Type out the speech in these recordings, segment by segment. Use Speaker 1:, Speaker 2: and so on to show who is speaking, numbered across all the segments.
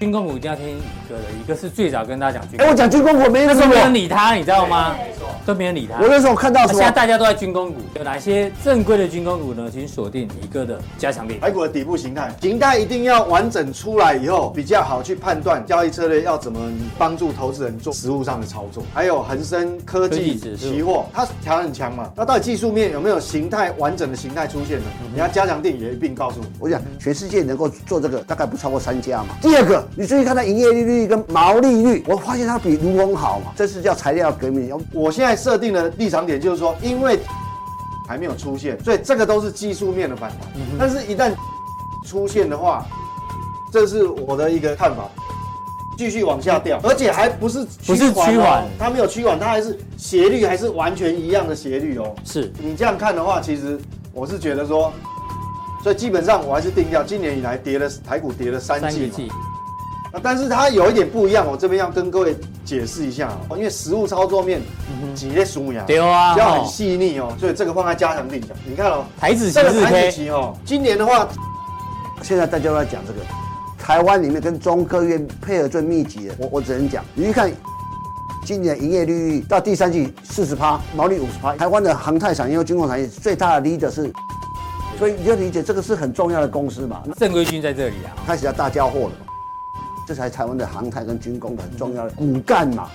Speaker 1: 军工股一定要听一个的，一个是最早跟大家讲军
Speaker 2: 哎，
Speaker 1: 工
Speaker 2: 我讲军工股没人
Speaker 1: 那时候
Speaker 2: 理
Speaker 1: 没人
Speaker 2: 我，
Speaker 1: 理他，你知啊道吗？都没人理他。
Speaker 2: 我那时候看到
Speaker 1: 那
Speaker 2: 什
Speaker 1: 现在
Speaker 2: 么？
Speaker 1: 大家都在军工股，有哪些正规的军工股呢？请锁定一个的加强力。
Speaker 3: 台股的底部形态，形态一定要完整出来以后，比较好去判断交易策略要怎么帮助投资人做实物上的操作。还有恒生科技
Speaker 1: 科技指数
Speaker 3: 期货，它调得很强嘛，那到底技术面有没有形态完整的形态出现呢？你要加强定也一并告诉你。
Speaker 2: 我讲全世界能够做这个，大概不超过三家嘛。第二个，你注意看它营业利率跟毛利率，我发现它比卢工好嘛，这是叫材料革命。哦要
Speaker 3: 我现在设定的立场点就是说，因为还没有出现，所以这个都是技术面的反弹。但是，一旦出现的话，这是我的一个看法，继续往下掉，而且还不是
Speaker 1: 嗯不是
Speaker 3: 哦
Speaker 1: 趋缓
Speaker 3: 它没有趋缓，它还是斜率还是完全一样的斜率哦。
Speaker 1: 是
Speaker 3: 你这样看的话，其实我是觉得说，所以基本上我还是定掉，今年以来跌了台股跌了三
Speaker 1: 三
Speaker 3: 季
Speaker 1: 个
Speaker 3: 嘛。
Speaker 1: 季，
Speaker 3: 那但是它有一点不一样，我这边要跟各位解释一下哦，因为实物操作面几列数呀，
Speaker 1: 嗯对啊，
Speaker 3: 要很
Speaker 1: 吼
Speaker 3: 细腻哦，所以这个放在加强定讲。你看哦，
Speaker 1: 台子旗
Speaker 3: 这
Speaker 1: 日
Speaker 3: 个台
Speaker 1: K
Speaker 3: 子期哦，今年的话，
Speaker 2: 现在大家都在讲这个，台湾里面跟中科院配合最密集的，我我只能讲，你去看。今年营业利率到第三季四十趴，毛利五十趴。台湾的航太产业、军工产业最大的 leader 是，所以你就理解这个是很重要的公司嘛。
Speaker 1: 正规军在这里啊。
Speaker 2: 开始要大交货了，这才台湾的航太跟军工的很重要的骨干嘛。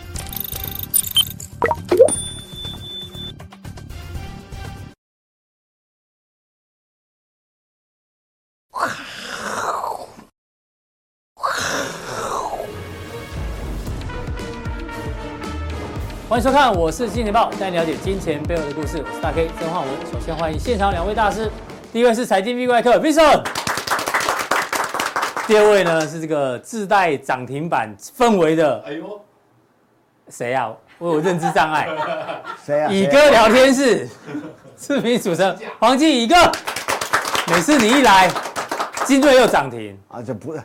Speaker 1: 欢迎收看，我是金钱豹，带你了解金钱背后的故事。我是大 K 曾焕文。首先欢迎现场两位大师，第一位是财经 V 怪客 Vincent，第二位呢是这个自带涨停板氛围的
Speaker 4: 哎呦，
Speaker 1: 谁啊？我有认知障 碍，
Speaker 2: 谁啊？
Speaker 1: 以
Speaker 2: 谁啊
Speaker 1: 哥聊天室，视频主持人黄金以哥，每次你一来，金瑞又涨停，
Speaker 2: 啊，这不是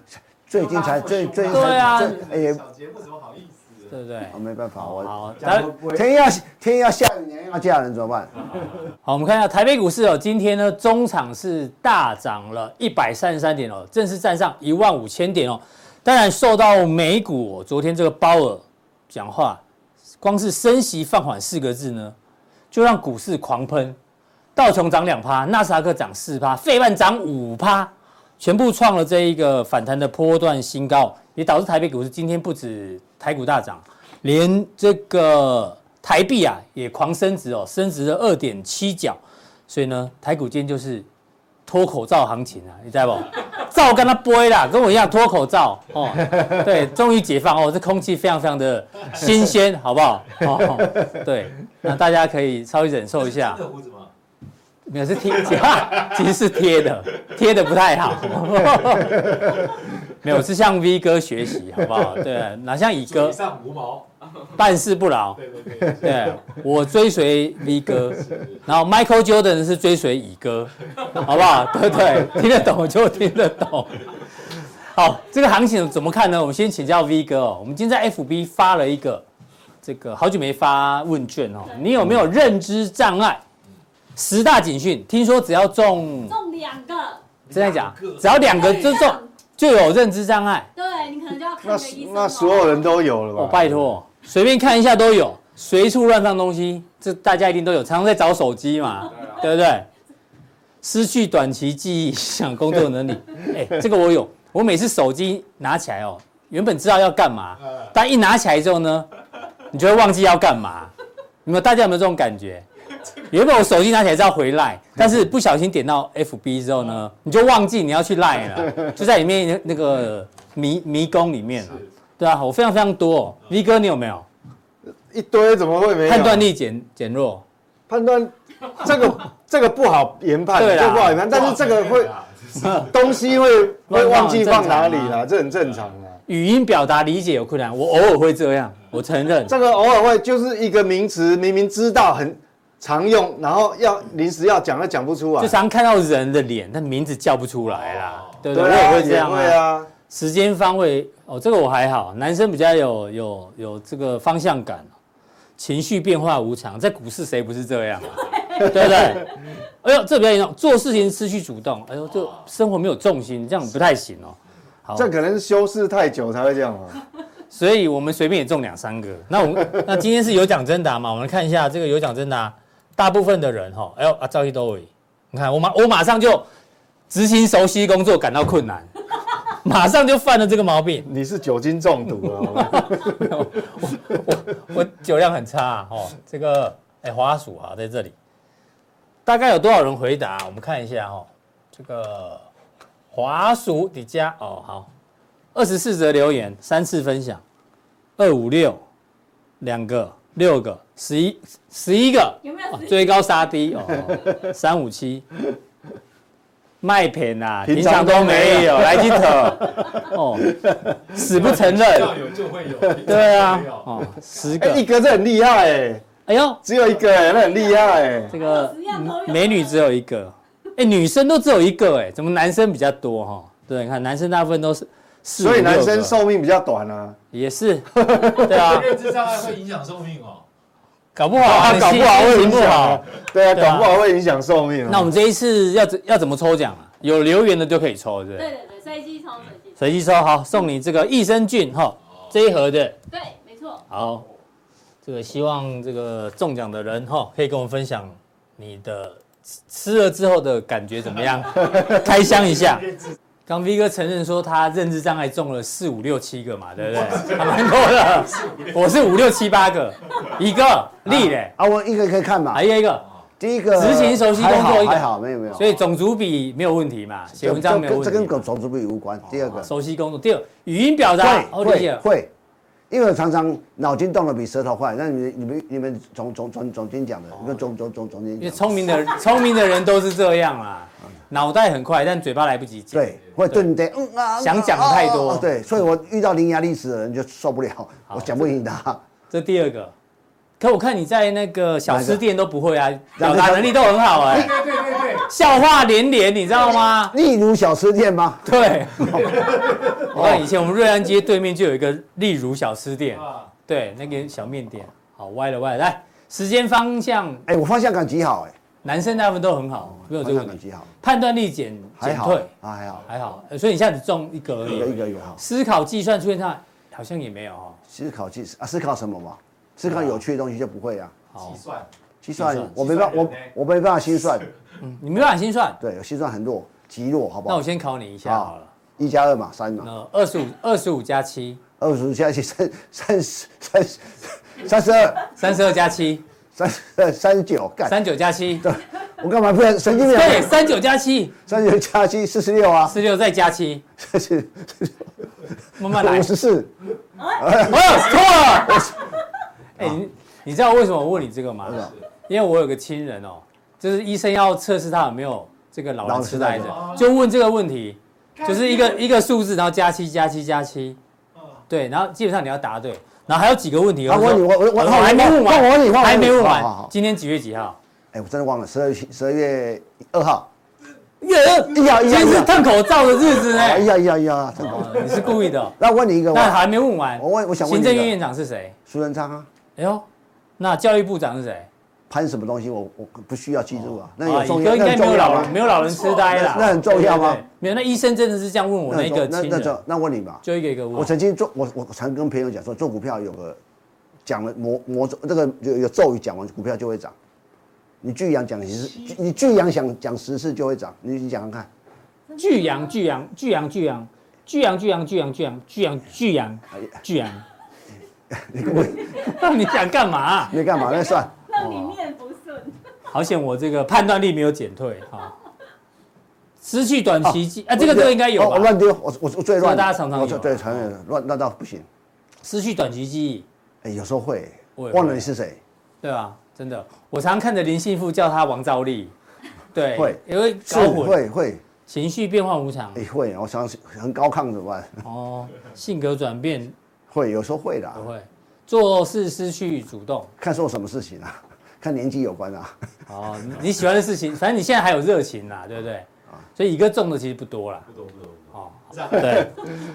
Speaker 2: 最近才最最近才
Speaker 1: 对啊
Speaker 2: 最哎也
Speaker 4: 小节目怎么好意思？
Speaker 1: 对不对？
Speaker 2: 啊没办法，我
Speaker 1: 好，
Speaker 4: 讲
Speaker 1: 来
Speaker 4: 会不会
Speaker 2: 天要天要下雨，娘要嫁人怎么办？
Speaker 1: 好，我们看一下台北股市哦，今天呢中场是大涨了一百三十三点哦，正式站上一万五千点哦。当然受到美股、哦、昨天这个鲍尔讲话，光是升息放缓四个字呢，就让股市狂喷，道琼涨两趴，纳斯达克涨四趴，费半涨五趴，全部创了这一个反弹的波段新高，也导致台北股市今天不止台股大涨，连这个台币啊也狂升值哦，升值了二点七角，所以呢，台股今天就是脱口罩行情啊，你知道不？ 照跟他播啦，跟我一样脱口罩哦。对，终于解放哦，这空气非常非常的新鲜，好不好？哦，对，那大家可以稍微忍受一下。
Speaker 4: 这胡子吗？
Speaker 1: 没有是贴， 其实是贴的，贴的不太好。没有是向 V 哥学习，好不好？对，哪像乙
Speaker 4: 嘴
Speaker 1: 哥
Speaker 4: 上无毛，
Speaker 1: 办事不牢。
Speaker 4: 对对对，
Speaker 1: 对，我追随 V 哥，然后 Michael Jordan 是追随乙哥，好不好？对不对？听得懂就听得懂。好，这个行情怎么看呢？我们先请教 V 哥哦。我们今天在 FB 发了一个这个好久没发问卷哦，你有没有认知障碍？十大警讯，听说只要中，
Speaker 5: 中两个，
Speaker 1: 真的假
Speaker 4: 两个？
Speaker 1: 只要两个就中，就有认知障碍。
Speaker 5: 对你可能就要看
Speaker 3: 那
Speaker 5: 个医生
Speaker 4: 哦
Speaker 3: 那
Speaker 5: 咯
Speaker 3: 所有人都有了吧？
Speaker 1: 哦，拜托，随便看一下都有，随处乱放东西，这大家一定都有，常常在找手机嘛，
Speaker 3: 啊
Speaker 1: 对不对？失去短期记忆，影响工作 能力。哎、这个我有，我每次手机拿起来哦，原本知道要干嘛，但一拿起来之后呢，你就会忘记要干嘛。你们大家有没有这种感觉？原本我手机拿起来是要回赖，但是不小心点到 FB 之后呢，你就忘记你要去赖 了，就在里面那个迷迷宫里面了。对啊，我非常非常多、哦。V 哥，你有没啊有
Speaker 3: 一堆怎么会没有？
Speaker 1: 判断力减减弱？
Speaker 3: 判断这个这个不好研判，
Speaker 1: 对啦
Speaker 3: 这个不好研判，但是这个会东西会会忘记放
Speaker 1: 啊
Speaker 3: 哪里啦，这很正常啊。
Speaker 1: 语音表达理解有困难，我偶尔会这样，我承认。
Speaker 3: 这个偶尔会就是一个名词，明明知道很常用，然后要临时要讲又讲不出来啊
Speaker 1: 就，常看到人的脸，但名字叫不出来啦，对不对？
Speaker 3: 啊
Speaker 1: 我也会这样
Speaker 3: 也会
Speaker 1: 啊。
Speaker 3: 啊。
Speaker 1: 时间方位哦，这个我还好，男生比较有有有这个方向感，哦情绪变化无常，在股市谁不是这 样啊？对不对？哎呦，这比较严重，做事情失去主动，哎呦，这生活没有重心，这样不太行哦。好
Speaker 3: 这可能是修饰太久才会这样嘛。
Speaker 1: 所以我们随便也中两三个。那我们 那今天是有奖征答嘛？我们看一下这个有奖征答，大部分的人哈，哎呦啊，赵一都伟，你看我马我马上就执行熟悉工作感到困难， 马上就犯了这个毛病。
Speaker 3: 你是酒精中毒 了好吗，
Speaker 1: 我酒量很差、啊、哦。这个哎，滑鼠啊，在这里，大概有多少人回答？我们看一下哦。这个滑鼠底加哦，好，二十四则留言，三次分享，二五六，两个，六个，十一，十一个，
Speaker 4: 有没有
Speaker 1: 哦
Speaker 4: 十一
Speaker 1: 追高杀低哦，三五七。麦片啊，平
Speaker 3: 平
Speaker 1: 常
Speaker 3: 常
Speaker 1: 都
Speaker 3: 都
Speaker 1: 没
Speaker 3: 没
Speaker 1: 有，来 劲头哦，死不承认，
Speaker 5: 要有就会有，
Speaker 1: 对啊
Speaker 5: 一定要，有
Speaker 1: 哦，十
Speaker 3: 哎、
Speaker 1: 个，
Speaker 3: 一个这很厉害哎，
Speaker 1: 哎呦，
Speaker 3: 只有一个哎，那很厉害哎。
Speaker 1: 这个
Speaker 4: 哦十样都有
Speaker 1: 美女只有一个，哎，女生都只有一个，哎，怎么男生比较多哈？对，你看男生大部分都是四，
Speaker 3: 所以男
Speaker 1: 五六
Speaker 3: 生
Speaker 1: 个
Speaker 3: 寿命比较短啊，
Speaker 1: 也是，对啊，
Speaker 5: 认知障碍会影响寿命哦。
Speaker 1: 搞不好啊
Speaker 3: 搞不好
Speaker 1: 心
Speaker 3: 会
Speaker 1: 情
Speaker 3: 影
Speaker 1: 不
Speaker 3: 响
Speaker 1: 好
Speaker 3: 啊。，对啊，
Speaker 1: 对啊
Speaker 3: 搞不好会影响寿命啊。
Speaker 1: 那我们这一次要怎要怎么抽奖啊？有留言的就可以抽，对不
Speaker 4: 对
Speaker 1: 对？
Speaker 4: 对对，随机抽随机抽，
Speaker 1: 随机抽，好，送你这个益生菌哈，这一盒的，
Speaker 4: 对，没错，
Speaker 1: 好，这个希望这个中奖的人哈，可以跟我们分享你的吃吃了之后的感觉怎么样，开箱一下。刚 V 哥承认说他认知障碍中了四五六七个嘛，对不对？还蛮多的，我是五六七八个，一个立嘞，
Speaker 2: 啊，我一个一个看嘛
Speaker 1: 还。有一个，
Speaker 2: 第一个
Speaker 1: 执行熟悉工作
Speaker 2: 还好
Speaker 1: 一个
Speaker 2: 还好，没有没有。
Speaker 1: 所以种族比没有问题嘛，写文章没有
Speaker 2: 这跟
Speaker 1: 问题
Speaker 2: 狗
Speaker 1: 嘛。
Speaker 2: 手指比无关。第二个
Speaker 1: 熟悉工作，第二语音表达，哦，理解
Speaker 2: 会
Speaker 1: 了。
Speaker 2: 会，因为我常常脑筋动得比舌头快。那你们你们你们总总总总监讲的，你们总总总总
Speaker 1: 因为
Speaker 2: 监讲的，
Speaker 1: 聪明的人，聪明的人都是这样啦，脑袋很快，但嘴巴来不及讲。
Speaker 2: 对，会顿呆，嗯啊，嗯
Speaker 1: 想讲
Speaker 2: 啊
Speaker 1: 太
Speaker 2: 哦
Speaker 1: 多啊
Speaker 2: 哦对，所以我遇到伶牙俐齿的人就受 不了，我讲不赢他。
Speaker 1: 这第二个。可我看你在那个小吃店都不会啊，
Speaker 2: 哪
Speaker 1: 表
Speaker 2: 个
Speaker 1: 达能力都很好哎、
Speaker 5: 对对对对，
Speaker 1: 笑话连连，你知道 吗？
Speaker 2: 例如小吃店吗？
Speaker 1: 对，
Speaker 2: 哦
Speaker 1: 我看以前我们瑞安街对面就有一个例如小吃店，
Speaker 5: 啊，
Speaker 1: 对，那个小面店，好歪了歪了，来，时间方向，
Speaker 2: 哎，我方向感极好，哎，
Speaker 1: 男生大部分都很好，没有这
Speaker 2: 方
Speaker 1: 个
Speaker 2: 向
Speaker 1: 问
Speaker 2: 感
Speaker 1: 题，
Speaker 2: 极好，
Speaker 1: 判断力减
Speaker 2: 还
Speaker 1: 减
Speaker 2: 好
Speaker 1: 退，
Speaker 2: 啊，还好，
Speaker 1: 还好，呃所以你现在只中一个而
Speaker 2: 一个一
Speaker 1: 已，
Speaker 2: 个一个好。
Speaker 1: 思考计算出现它好像也没有哦，
Speaker 2: 思考计啊，思考什么嘛？思考有趣的东西就不会啊。
Speaker 1: 好
Speaker 5: 计，算
Speaker 2: 计算
Speaker 1: 计算
Speaker 2: 我没办
Speaker 5: 计
Speaker 2: 我
Speaker 5: 算人呢
Speaker 2: 我没办法心算，
Speaker 1: 嗯你没办法心算，
Speaker 2: 对，我心算很弱，极弱，好不
Speaker 1: 那
Speaker 2: 好
Speaker 1: 我？先考你一下好了。
Speaker 2: 一加二嘛，三嘛，
Speaker 1: 那二十五二十五加七，
Speaker 2: 二十加起三三十三十三十二
Speaker 1: 三十二加七，
Speaker 2: 三十二三十九，干，啊
Speaker 1: 三九加七，
Speaker 2: 我干嘛不然神经病啊？
Speaker 1: 对，三九加七，
Speaker 2: 三十九加七四十六啊，
Speaker 1: 十六再加七，
Speaker 2: 四十
Speaker 1: 慢慢来。
Speaker 2: 五十四，
Speaker 1: 哎呦，错了。哎，你你知道为什么我问你这个吗？因为我有个亲人哦，就是医生要测试他有没有这个老人痴呆症，
Speaker 2: 老
Speaker 5: 人痴呆症
Speaker 1: 就问这个问题，就是一个一个数字，然后加七加七加七，
Speaker 5: 啊，
Speaker 1: 对，然后基本上你要答对，然后还有几个问题。
Speaker 2: 他
Speaker 1: 我说
Speaker 2: 问啊你，我我
Speaker 1: 我还没问完，
Speaker 2: 我问你，换我
Speaker 1: 还没问
Speaker 2: 好好
Speaker 1: 完
Speaker 2: 好。
Speaker 1: 今天几月几号？
Speaker 2: 哎，我真的忘了，十二十二月二号，
Speaker 1: 耶，
Speaker 2: 哎呀哎
Speaker 1: 今
Speaker 2: 呀
Speaker 1: 天是
Speaker 2: 哎呀
Speaker 1: 烫口罩的日子呢。
Speaker 2: 哎呀哎呀哎呀，真的。
Speaker 1: 哦你是故意的哦、
Speaker 2: 那我问你一个，
Speaker 1: 那
Speaker 2: 我
Speaker 1: 还没问完，
Speaker 2: 我问我想问
Speaker 1: 行
Speaker 2: 你
Speaker 1: 政院
Speaker 2: 一
Speaker 1: 院
Speaker 2: 个，
Speaker 1: 长是谁？
Speaker 2: 苏贞昌啊，
Speaker 1: 哎呦，那教育部长是谁？
Speaker 2: 潘什么东西我我不需要记住啊，那
Speaker 1: 啊
Speaker 2: 有重
Speaker 1: 乙
Speaker 2: 要，
Speaker 1: 哥应
Speaker 2: 那
Speaker 1: 该
Speaker 2: 很
Speaker 1: 没有
Speaker 2: 重要
Speaker 1: 老
Speaker 2: 吗
Speaker 1: 人，？没有老人痴呆啦。
Speaker 2: 那那很重要吗
Speaker 1: 对？对对没有，那医生真的是这样问我那个
Speaker 2: 那
Speaker 1: 亲
Speaker 2: 那
Speaker 1: 人，
Speaker 2: 那那问你吧，
Speaker 1: 就一个一个问。
Speaker 2: 我曾经做，我我常跟朋友讲说，做股票有个讲了魔魔咒，这个有有咒语讲完，股票就会涨。你巨阳讲十，你巨阳想讲十次就会涨，你你讲讲看，
Speaker 1: 巨阳，巨阳，巨阳，巨阳，巨阳，巨阳，巨阳，巨阳，巨阳，巨阳，
Speaker 2: 哎
Speaker 1: 巨阳。 那你想干嘛啊、
Speaker 2: 你干嘛？那算
Speaker 4: 让你念不顺，
Speaker 1: 好险，我这个判断力没有减退哈。失去短期记啊，这个
Speaker 2: 哦我
Speaker 1: 这个应该有
Speaker 2: 我我
Speaker 1: 吧？啊
Speaker 2: 乱丢，我我我最乱的，
Speaker 1: 大家常常有
Speaker 2: 我最对，常常乱乱到不行。
Speaker 1: 失去短期记忆，
Speaker 2: 哎，有时候会
Speaker 1: 我也会
Speaker 2: 忘了你是谁，
Speaker 1: 对啊，真的，我常看着林信富叫他王兆力，对，
Speaker 2: 会
Speaker 1: 也会
Speaker 2: 是
Speaker 1: 搞混，
Speaker 2: 会会
Speaker 1: 情绪变化无常，
Speaker 2: 哎会，我常常很高亢怎么办？
Speaker 1: 哦，性格转变
Speaker 2: 会有时候会的啊
Speaker 1: 不，会，做事失去主动，
Speaker 2: 看做什么事情啊，看年纪有关啊。
Speaker 1: 哦，你你喜欢的事情，反正你现在还有热情啦，对不对？
Speaker 2: 啊
Speaker 1: 所以乙哥中的其实不多啦，
Speaker 5: 不懂不懂不
Speaker 1: 哦，
Speaker 5: 懂，
Speaker 1: 对，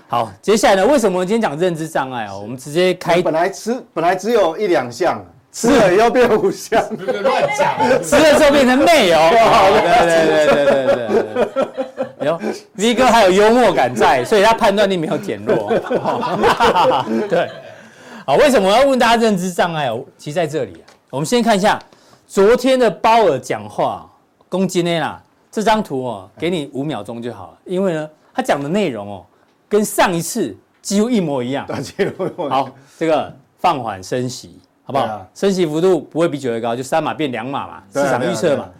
Speaker 1: 好，接下来呢，为什么我们今天讲认知障碍哦？我们直接开
Speaker 3: 哎本来吃本来只有一两项，吃了以后变五 项，
Speaker 5: 不要乱讲，
Speaker 1: 哦吃了之后变成没有，对对对对对对对对。哎呦，V 哥还有幽默感在，所以他判断力没有减弱。对，好，为什么我要问大家认知障碍？哦？其实在这里啊，我们先看一下昨天的鲍尔讲话，攻击内啦，这张图哦，给你五秒钟就好了，因为呢，他讲的内容哦，跟上一次几乎一模一样。
Speaker 3: 大家会问
Speaker 1: 好，这个放缓升息，好不好？
Speaker 3: 对啊
Speaker 1: 升息幅度不会比九月高，就三码变两码嘛，市
Speaker 3: 对啊
Speaker 1: 场
Speaker 3: 对啊
Speaker 1: 预测
Speaker 3: 对
Speaker 1: 嘛
Speaker 3: 啊。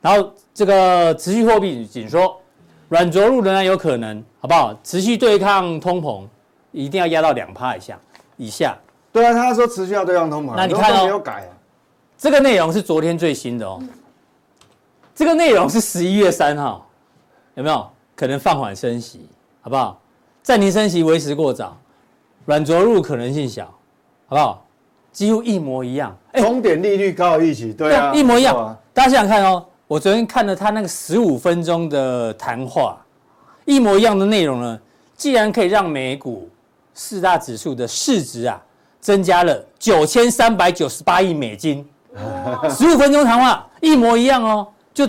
Speaker 1: 然后这个持续货币紧缩，软着陆仍然有可能，好不好？持续对抗通膨，一定要压到两趴以下以下。
Speaker 3: 对啊，他说持续要对抗通膨，
Speaker 1: 那你
Speaker 3: 很多
Speaker 1: 看
Speaker 3: 都
Speaker 1: 哦
Speaker 3: 没有改啊，
Speaker 1: 这个内容是昨天最新的哦，这个内容是十一月三号，有没有可能放缓升息，好不好？暂停升息为时过早，软着陆可能性小，好不好？几乎一模一样。哎、
Speaker 3: 终点利率高于预期，对啊，
Speaker 1: 一模一
Speaker 3: 没错
Speaker 1: 样
Speaker 3: 啊。
Speaker 1: 大家想想看哦，我昨天看了他那个十五分钟的谈话，一模一样的内容呢，既然可以让美股四大指数的市值啊增加了九千三百九十八亿美金，十五分钟谈话一模一样哦，就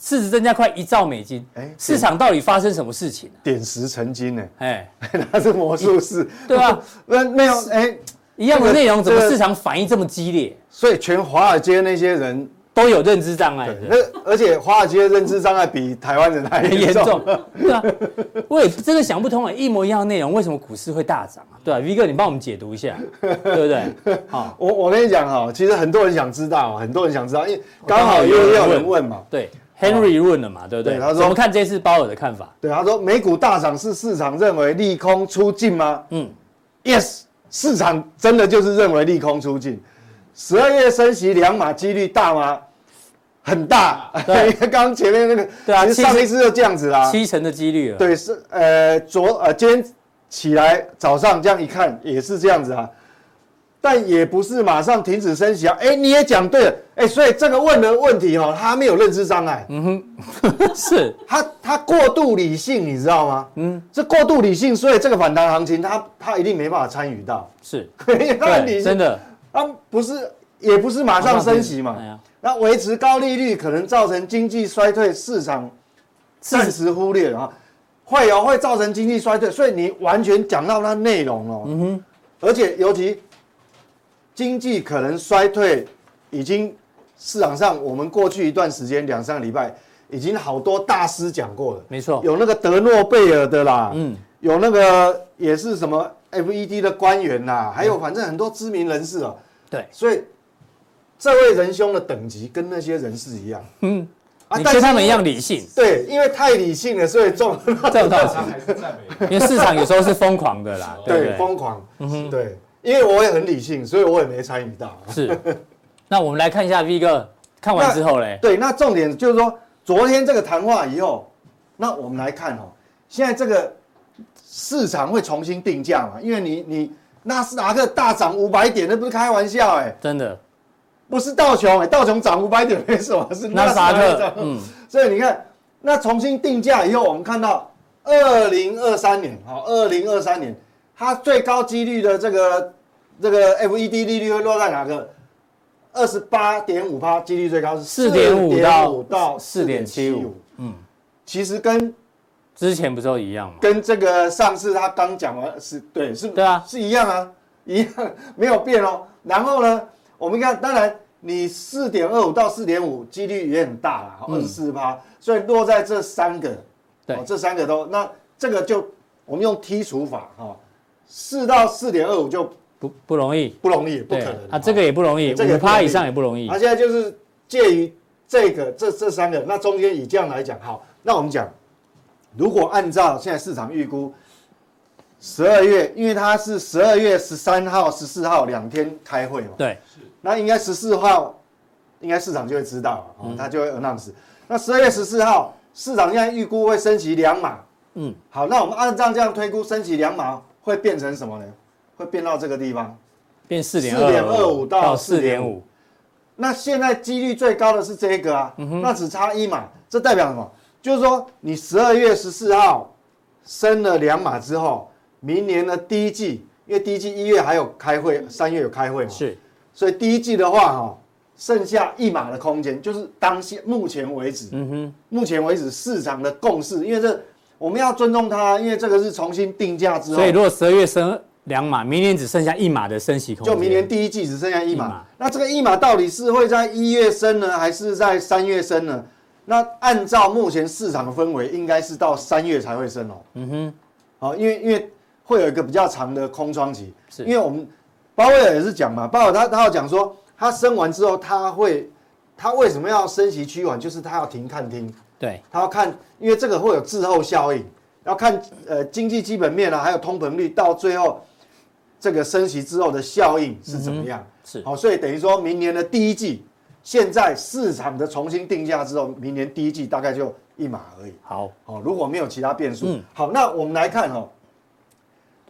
Speaker 1: 市值增加快一兆美金
Speaker 3: 哎。
Speaker 1: 市场到底发生什么事情啊？
Speaker 3: 点石成金呢，
Speaker 1: 哎，
Speaker 3: 他是魔术师，
Speaker 1: 对啊？
Speaker 3: 那没有哎，
Speaker 1: 一样的内容，怎么
Speaker 3: 这个
Speaker 1: 市场反应这么激烈？
Speaker 3: 所以全华尔街那些人，
Speaker 1: 都有认知障碍的。
Speaker 3: 那而且华尔街认知障碍比台湾人还
Speaker 1: 很
Speaker 3: 严
Speaker 1: 严
Speaker 3: 重
Speaker 1: 重，，对啊，我也真的想不通啊，一模一样的内容，为什么股市会大涨啊？对啊，V 哥，你帮我们解读一 下，对不对？好，
Speaker 3: 我我跟你讲哈，其实很多人想知道，很多人想知道，因为刚好
Speaker 1: 刚好
Speaker 3: 又
Speaker 1: 有人
Speaker 3: 有人
Speaker 1: 问
Speaker 3: 问嘛。
Speaker 1: 对，Henry 问了嘛，对不对？
Speaker 3: 对他说
Speaker 1: 怎么看这次鲍尔的看法？
Speaker 3: 对，他说美股大涨是市场认为利空出尽吗
Speaker 1: 嗯，
Speaker 3: ？Yes，市场真的就是认为利空出尽。十二月升息两码几率大吗？很大，因
Speaker 1: 对
Speaker 3: 为刚 刚前面那个，
Speaker 1: 对啊
Speaker 3: 其实
Speaker 1: 其实
Speaker 3: 上一次就这样子啦。
Speaker 1: 七成的几率了，
Speaker 3: 啊对，是呃昨呃今天起来早上这样一看也是这样子啊，但也不是马上停止升息啊。哎，你也讲对了，哎，所以这个问的问题哦，他没有认知障
Speaker 1: 嗯
Speaker 3: 碍，
Speaker 1: 是
Speaker 3: 他他过度理性，你知道吗？嗯，这过度理性，所以这个反弹行情他他一定没办法参与到，
Speaker 1: 是，
Speaker 3: 因为他很理
Speaker 1: 对，
Speaker 3: 性，
Speaker 1: 真的
Speaker 3: 他不是也不是马上升息
Speaker 1: 哎
Speaker 3: 嘛
Speaker 1: 呀，
Speaker 3: 那维持高利率可能造成经济衰退，市场暂时忽略了啊，会哦会造成经济衰退，所以你完全讲到它内容哦，嗯哼，而且尤其经济可能衰退，已经市场上我们过去一段时间两三个礼拜已经好多大师讲过了，
Speaker 1: 没错，
Speaker 3: 有那个得诺贝尔的啦，
Speaker 1: 嗯
Speaker 3: 哦嗯，有那个也是什么 FED 的官员啦，还有反正很多知名人士啊，
Speaker 1: 对，
Speaker 3: 所以这位仁兄的等级跟那些人士一样，
Speaker 1: 嗯，
Speaker 3: 啊
Speaker 1: 你
Speaker 3: 但是
Speaker 1: 跟他们一
Speaker 3: 因为
Speaker 1: 样理 性，
Speaker 3: 对，因为太理性了，所以中了
Speaker 1: 这种道
Speaker 5: 他还
Speaker 1: 理，
Speaker 5: 是赞美。
Speaker 1: 因为市场有时候是疯狂的啦，对嗯
Speaker 3: 对
Speaker 1: 不对？
Speaker 3: 疯狂，对，因为我也很理性，所以我也没参与到。
Speaker 1: 是，那我们来看一下 V 哥看完之后嘞，
Speaker 3: 对，那重点就是说，昨天这个谈话以后，那我们来看哦，现在这个市场会重新定价嘛？因为你你纳斯达克大涨五百点，那不是开玩笑哎、
Speaker 1: 真的，
Speaker 3: 不是道琼哎、道琼涨五百点没什么，是纳
Speaker 1: 纳
Speaker 3: 斯
Speaker 1: 斯达
Speaker 3: 达克
Speaker 1: 克
Speaker 3: 涨，。
Speaker 1: 嗯，
Speaker 3: 所以你看，那重新定价以后，我们看到二零二三年，好，二零二三年它最高几率的这个这个 FED 利率会落在哪个？二十八点五趴，几率最高是
Speaker 1: 4.5到
Speaker 3: 到
Speaker 1: 4.75，
Speaker 3: 嗯，其实跟
Speaker 1: 之前不是都一样吗？
Speaker 3: 跟这个上次他刚讲完是对是，
Speaker 1: 对啊
Speaker 3: 是一样啊， 一样没有变哦。然后呢，我们看，当然你四点二五到四点五几率也很大啦，哦二十四趴，所以落在这三个，
Speaker 1: 嗯对
Speaker 3: 哦这三个都那这个就我们用剔除法哈，四、4到四点二五就
Speaker 1: 不不容易，
Speaker 3: 不容易，不
Speaker 1: 对
Speaker 3: 可能哦
Speaker 1: 啊，这个也不容易，
Speaker 3: 这个
Speaker 1: 五
Speaker 3: 也不容
Speaker 1: 趴
Speaker 3: 易啊
Speaker 1: 以上也不容易
Speaker 3: 它、。现在就是介于这个这这三个，那中间以这样来讲，好，那我们讲，如果按照现在市场预估，十二月，因为它是十二月十三号、十四号两天开会嘛，
Speaker 1: 对，
Speaker 3: 那应该十四号，应该市场就会知道了，哦，它就会 announce。那十二月十四号，市场现在预估会升息两码，
Speaker 1: 嗯，
Speaker 3: 好，那我们按照这样推估，升息两码会变成什么呢？会变到这个地方。
Speaker 1: 变四点
Speaker 3: 4.25到
Speaker 1: 四点五，
Speaker 3: 那现在几率最高的是这个啊，
Speaker 1: 嗯
Speaker 3: 那只差一码，这代表什么？就是说你十二月十四号升了两码之后，明年的第一季，因为第一季一月还有开会，三月有开会嘛，
Speaker 1: 是
Speaker 3: 所以第一季的话哈、剩下一码的空间，就是当下目前为止，
Speaker 1: 嗯哼，
Speaker 3: 目前为止市场的共识，因为这我们要尊重它，因为这个是重新定价之后，
Speaker 1: 所以如果十二月升两码，明年只剩下一码的升息空间，
Speaker 3: 就明年第一季只剩下一
Speaker 1: 一
Speaker 3: 码
Speaker 1: 码。
Speaker 3: 那这个一码到底是会在一月升呢，还是在三月升呢？那按照目前市场的氛围，应该是到三月才会升哦。嗯哼，好，因为因为会有一个比较长的空窗期，
Speaker 1: 是
Speaker 3: 因为我们鲍威尔也是讲嘛，鲍威尔他他要讲说，他升完之后他会，他为什么要升息趋缓，就是他要停看听。
Speaker 1: 对，
Speaker 3: 他要看，因为这个会有滞后效应，要看呃经济基本面啊，还有通膨率，到最后这个升息之后的效应是怎么样？
Speaker 1: 嗯是
Speaker 3: 好、所以等于说明年的第一季，现在市场的重新定价之后，明年第一季大概就一码而已。
Speaker 1: 好，
Speaker 3: 哦，如果没有其他变数，
Speaker 1: 嗯
Speaker 3: 好，那我们来看哦，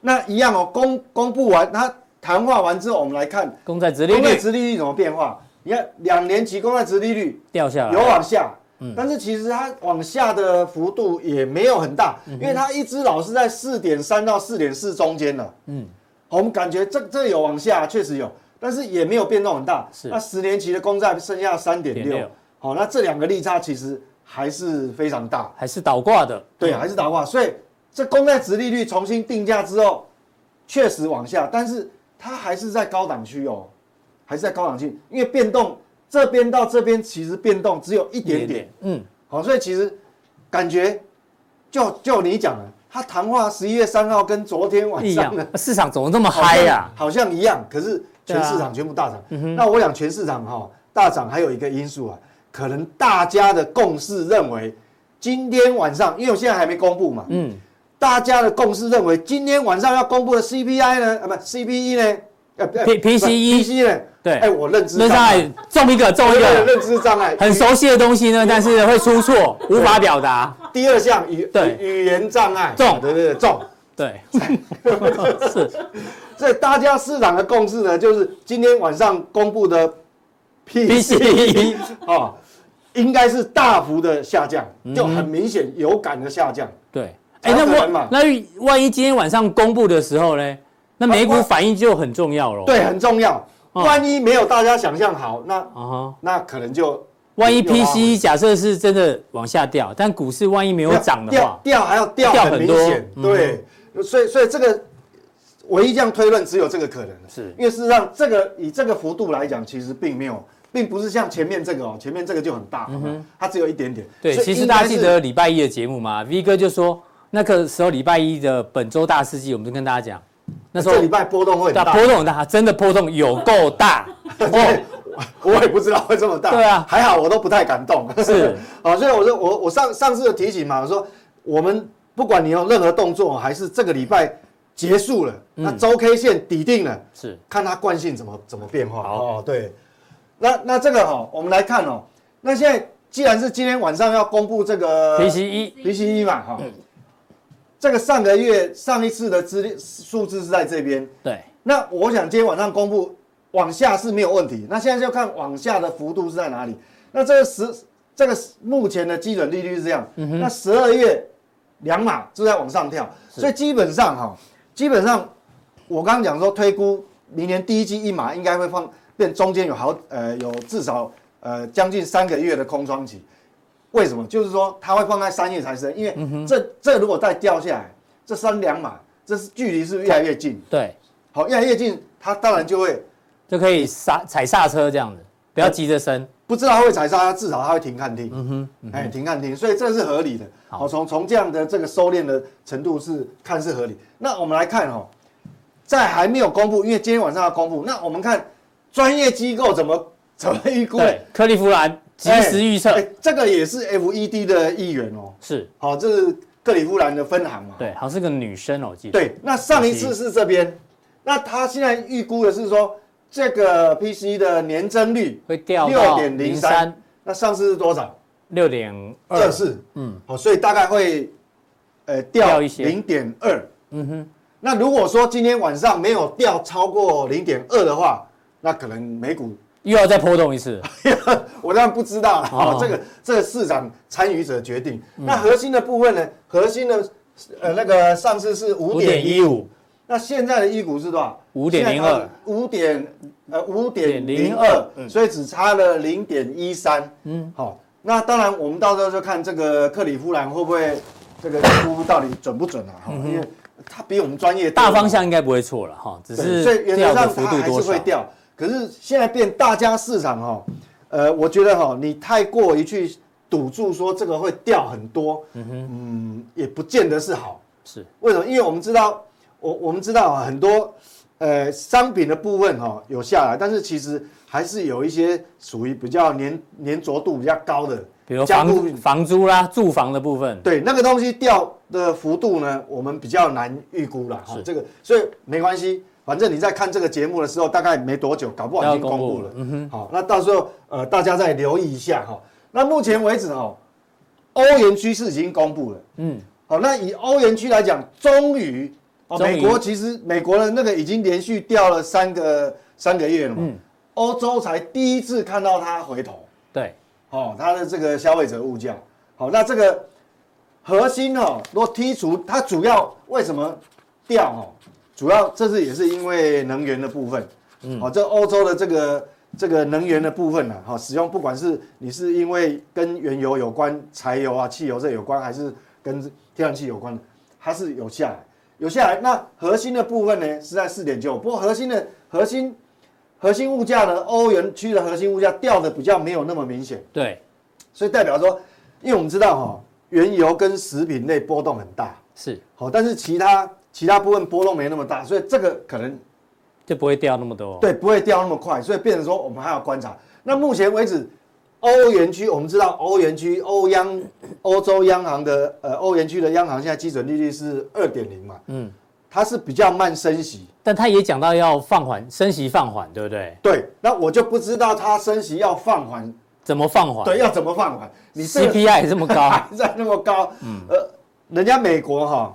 Speaker 3: 那一样哦，公公布完，他谈话完之后，我们来看
Speaker 1: 公债殖利
Speaker 3: 公
Speaker 1: 率
Speaker 3: 债殖利率怎么变化。你看两年期公债殖利率
Speaker 1: 掉下来，嗯
Speaker 3: 有往下，但是其实它往下的幅度也没有很大，
Speaker 1: 嗯
Speaker 3: 因为它一直老是在四点三到四点四中间了。嗯，我们感觉这这有往下，确实有，但是也没有变动很大。
Speaker 1: 是
Speaker 3: 那十年期的公债剩下三点
Speaker 1: 点
Speaker 3: 六
Speaker 1: 六，
Speaker 3: 好，那这两个利差其实还是非常大。
Speaker 1: 还是倒挂的，
Speaker 3: 对，啊还是打挂。所以这公债值利率重新定价之后，确实往下，但是它还是在高档区哦，还是在高档区，因为变动这边到这边其实变动只有一点点。
Speaker 1: 嗯，
Speaker 3: 好，所以其实感觉就就你讲的，他谈话十一月三号跟昨天晚
Speaker 1: 一样
Speaker 3: 上的，
Speaker 1: 市场怎么这么
Speaker 3: 好像
Speaker 1: 嗨呀？
Speaker 3: 好像一样，可是全市
Speaker 1: 对
Speaker 3: 场
Speaker 1: 啊
Speaker 3: 全部大涨。那我想全市场哈、大涨还有一个因素啊，可能大家的共识认为今天晚上，因为我现在还没公布嘛，
Speaker 1: 嗯，
Speaker 3: 大家的共识认为今天晚上要公布的 CPI 呢，啊不 CPE 呢，呃不
Speaker 1: P- PCE
Speaker 3: PCE 呢，
Speaker 1: 对
Speaker 3: 哎我认知
Speaker 1: 那上
Speaker 3: 障碍
Speaker 1: 海中一个中一
Speaker 3: 对
Speaker 1: 个，
Speaker 3: 认知障碍，
Speaker 1: 很熟悉的东西呢，但是会出错，无法表达，
Speaker 3: 第二项语
Speaker 1: 对
Speaker 3: 语言障碍，
Speaker 1: 重
Speaker 3: 对对对重。
Speaker 1: 对，
Speaker 3: 所以大家市场的共识呢，就是今天晚上公布的
Speaker 1: PCE
Speaker 3: 哦，应该是大幅的下降，
Speaker 1: 嗯
Speaker 3: 就很明显有感的下降。
Speaker 1: 对。
Speaker 3: 才
Speaker 1: 哎，
Speaker 3: 要
Speaker 1: 那
Speaker 3: 再来嘛
Speaker 1: 我那万一今天晚上公布的时候呢？那美
Speaker 3: 啊
Speaker 1: 股
Speaker 3: 我
Speaker 1: 反应就很重要喽。
Speaker 3: 对，很重要。
Speaker 1: 哦
Speaker 3: 万一没有大家想象好，那
Speaker 1: 啊哈，
Speaker 3: 那可能就
Speaker 1: 万一 E
Speaker 3: 有啊拉回
Speaker 1: PCE 假设是真的往下掉，但股市万一没有涨的
Speaker 3: 掉
Speaker 1: 话，
Speaker 3: 掉还要掉
Speaker 1: 掉
Speaker 3: 很
Speaker 1: 很
Speaker 3: 明
Speaker 1: 多嗯
Speaker 3: 显。对，所以所以这个唯一这样推论只有这个可能了，
Speaker 1: 是
Speaker 3: 因为事实上这个以这个幅度来讲，其实并没有。并不是像前面这个哦，前面这个就很大，它只有一点点。
Speaker 1: 嗯对，
Speaker 3: 所以
Speaker 1: 其实
Speaker 3: 应该
Speaker 1: 大家记
Speaker 3: 是
Speaker 1: 得礼拜一的节目嘛，V 哥就说那个时候礼拜一的本周大事记，我们就跟大家讲，那时候
Speaker 3: 这礼拜波动会
Speaker 1: 对
Speaker 3: 很大，
Speaker 1: 波动很大，真的波动有够 大哦，
Speaker 3: 我也不知道会这么大。
Speaker 1: 对啊
Speaker 3: 还好我都不太敢动。
Speaker 1: 是，
Speaker 3: 啊，所以我说我我上上次有提醒嘛，我说我们不管你有任何动作，还是这个礼拜结束了，那
Speaker 1: 嗯
Speaker 3: 周 K 线底定了，
Speaker 1: 是
Speaker 3: 看它惯性怎么怎么变化。哦，对，那那这个哈、我们来看哦，那现在既然是今天晚上要公布这个
Speaker 1: PCE
Speaker 3: PCE 嘛，哈、哦这个上个月上一次的资料数字是在这边，
Speaker 1: 对，
Speaker 3: 那我想今天晚上公布往下是没有问题，那现在就看往下的幅度是在哪里。那这个十这个目前的基准利率是这样，那十二月两码就在往上跳，所以基本上哈，基本上我刚刚讲说推估明年第一季一码应该会放变中间有好呃有至少呃将近三个月的空窗期，为什么？就是说它会放在三月才升，因为这、这如果再掉下来，这三两码这是距离是越来越近。
Speaker 1: 对，
Speaker 3: 好，越来越近，它当然就会
Speaker 1: 就可以刹踩刹车这样子，不要急着升，
Speaker 3: 不知道它会踩刹，它至少它会停看停。嗯哼，哎，停看停，所以这是合理的。好，从从这样的这个收敛的程度是看是合理。那我们来看哦，在还没有公布，因为今天晚上要公布，那我们看专业机构怎么怎么预估的
Speaker 1: 对，，克利夫兰及时预测
Speaker 3: 哎哎这个也是 FED 的一员哦。
Speaker 1: 是，
Speaker 3: 好，这是克利夫兰的分行嘛。
Speaker 1: 对，好像是个女生哦，我记得，
Speaker 3: 对，那上一次是这边，那他现在预估的是说这个 PC 的年增率
Speaker 1: 会掉
Speaker 3: 六
Speaker 1: 到
Speaker 3: 点零
Speaker 1: 零
Speaker 3: 三
Speaker 1: 三，
Speaker 3: 那上次是多少？
Speaker 1: 六点
Speaker 3: 二
Speaker 1: 二，
Speaker 3: 四，嗯，好，所以大概会呃掉
Speaker 1: 掉一些
Speaker 3: 零点二，嗯哼。那如果说今天晚上没有掉超过零点二的话，那可能美股
Speaker 1: 又要再波动一次，
Speaker 3: 我当然不知道了，
Speaker 1: 哦
Speaker 3: 哦、 嗯这个这个市场参与者决定。那核心的部分呢？核心的呃那个上市是五点一五，
Speaker 1: 五，
Speaker 3: 那现在的一股是多少？
Speaker 1: 5.02，
Speaker 3: 五点呃五点零二
Speaker 1: 5.02，
Speaker 3: 所以只差了零点一三。嗯，好，那当然我们到时候就看这个克里夫兰会不会这个估到底准不准啊？哈，因为他比我们专业多
Speaker 1: 大方向应该不会错了哈，只
Speaker 3: 对所以
Speaker 1: 是
Speaker 3: 原
Speaker 1: 掉的
Speaker 3: 则上
Speaker 1: 幅
Speaker 3: 它
Speaker 1: 度
Speaker 3: 还是
Speaker 1: 多
Speaker 3: 会
Speaker 1: 少？
Speaker 3: 掉。可是现在变大家市场哈、哦，呃，我觉得哈、哦，你太过于去赌注说这个会掉很多，嗯也不见得是好。
Speaker 1: 是
Speaker 3: 为什么？因为我们知道，我我们知道啊，很多呃商品的部分哈、哦、有下来，但是其实还是有一些属于比较粘粘着度比较高的，
Speaker 1: 比如
Speaker 3: 加固品
Speaker 1: 房房租啦、住房的部分，
Speaker 3: 对，那个东西掉的幅度呢，我们比较难预估了哈
Speaker 1: 是。
Speaker 3: 这个，所以没关系，反正你在看这个节目的时候，大概没多久，搞不好已经公布了。嗯哼。好，那到时候呃，大家再留意一下哈。那目前为止哦，欧元区是已经公布了。
Speaker 1: 嗯，
Speaker 3: 好，那以欧元区来讲，终于哦，
Speaker 1: 终于
Speaker 3: 美国其实美国的那个已经连续掉了三个三个月了嘛
Speaker 1: 嗯，
Speaker 3: 欧、洲才第一次看到它回头。
Speaker 1: 对，
Speaker 3: 哦，它的这个消费者物价。好，那这个核心哦，若剔除它主要为什么掉哦，主要这是也是因为能源的部分。嗯，好、这欧洲的这个这个能源的部分呢、啊，哈、使用不管是你是因为跟原油有关、柴油啊、汽油这有关，还是跟天然气有关的，它是有下来，有下来。那核心的部分呢是在四点九，不过核心的核心核心物价呢，欧元区的核心物价掉的比较没有那么明显，
Speaker 1: 对，
Speaker 3: 所以代表说，因为我们知道哈、原油跟食品类波动很大，
Speaker 1: 是
Speaker 3: 好，但是其他其他部分波动没那么大，所以这个可能
Speaker 1: 就不会掉那么多。，
Speaker 3: 对不会掉那么快，所以变成说我们还要观察。那目前为止，欧元区我们知道欧元区欧央欧洲央行的呃欧元区的央行现在基准利率是二点零嘛，
Speaker 1: 嗯，
Speaker 3: 它是比较慢升息，
Speaker 1: 但他也讲到要放缓升息放缓，对不对？
Speaker 3: 对，那我就不知道它升息要放缓，
Speaker 1: 怎么放缓？
Speaker 3: 对，要怎么放缓？你这个
Speaker 1: CPI 这么 高，
Speaker 3: 还在那么高，呃，人家美国哈、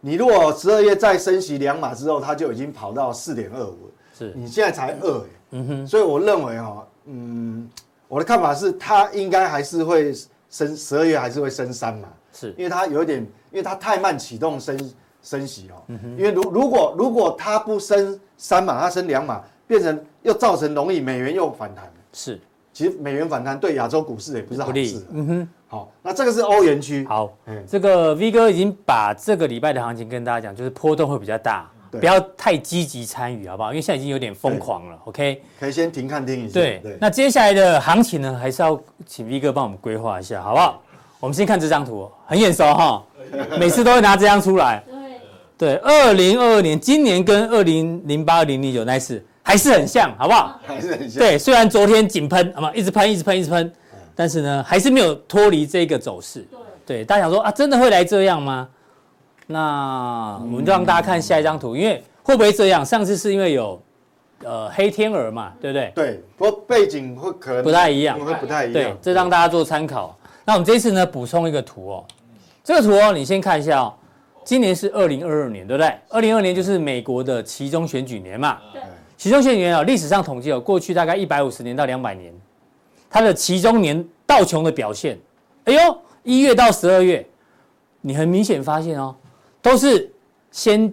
Speaker 3: 你如果十二月再升息两码之后，它就已经跑到四点二五了，
Speaker 1: 是嗯
Speaker 3: 你现在才二、欸，所以我认为哈、嗯，我的看法是它应该还是会升，十二月还是会升三嘛，
Speaker 1: 是
Speaker 3: 因为它有一点，因为它太慢启动升升息哦，
Speaker 1: 嗯
Speaker 3: 因为如如果如果它不升三码，它升两码，变成又造成容易美元又反弹，
Speaker 1: 是
Speaker 3: 其实美元反弹对亚洲股市也不是
Speaker 1: 不
Speaker 3: 好
Speaker 1: 利
Speaker 3: 事。。啊
Speaker 1: 嗯哼，
Speaker 3: 好，那这个是欧元区。
Speaker 1: 好
Speaker 3: 嗯，
Speaker 1: 这个 V 哥已经把这个礼拜的行情跟大家讲，就是波动会比较大，
Speaker 3: 对
Speaker 1: 不要太积极参与，好不好？因为现在已经有点疯狂了。OK，
Speaker 3: 可以先停看听一下。
Speaker 1: 对，那接下来的行情呢，还是要请 V 哥帮我们规划一下，好不好？我们先看这张图哦，很眼熟哈，每次都会拿这张出来。对，
Speaker 4: 对，
Speaker 1: 二零二二年，今年跟二零零八、二零零九那一次还是很像，好不好？
Speaker 3: 还是很像。
Speaker 1: 对，虽然昨天井喷，啊嘛，一直喷，一直喷，一直喷，但是呢，还是没有脱离这个走势。
Speaker 4: 对，
Speaker 1: 对，大家想说啊，真的会来这样吗？那我们就让大家看下一张图，因为会不会这样？上次是因为有呃黑天鹅嘛，对不对？
Speaker 3: 对，不过背景会可能
Speaker 1: 不太一样
Speaker 3: 会不太一
Speaker 1: 对
Speaker 3: 样，。
Speaker 1: 这让大家做参考。那我们这次呢，补充一个图哦，这个图哦，你先看一下哦。今年是二零二二年，对不对？二零二年就是美国的其中选举年嘛。
Speaker 4: 对，
Speaker 1: 其中选举年哦，历史上统计有过去大概一百五十年到两百年，它的其中年道琼的表现，哎呦，一月到十二月，你很明显发现哦，都是先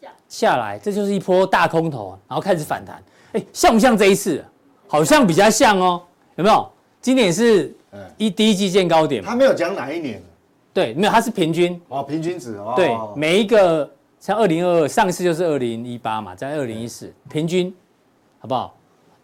Speaker 4: 下
Speaker 1: 下来，这就是一波大空头啊，然后开始反弹，哎，像不像这一次啊？好像比较像哦，有没有？今年是
Speaker 3: 哎，
Speaker 1: 一第一季见高点嘛
Speaker 3: 他，没有讲哪一年
Speaker 1: 对，没有，它是平均，
Speaker 3: 哦，平均值哦。
Speaker 1: 对，每一个像二零二二，上一次就是二零一八嘛，在二零一四平均，好不好？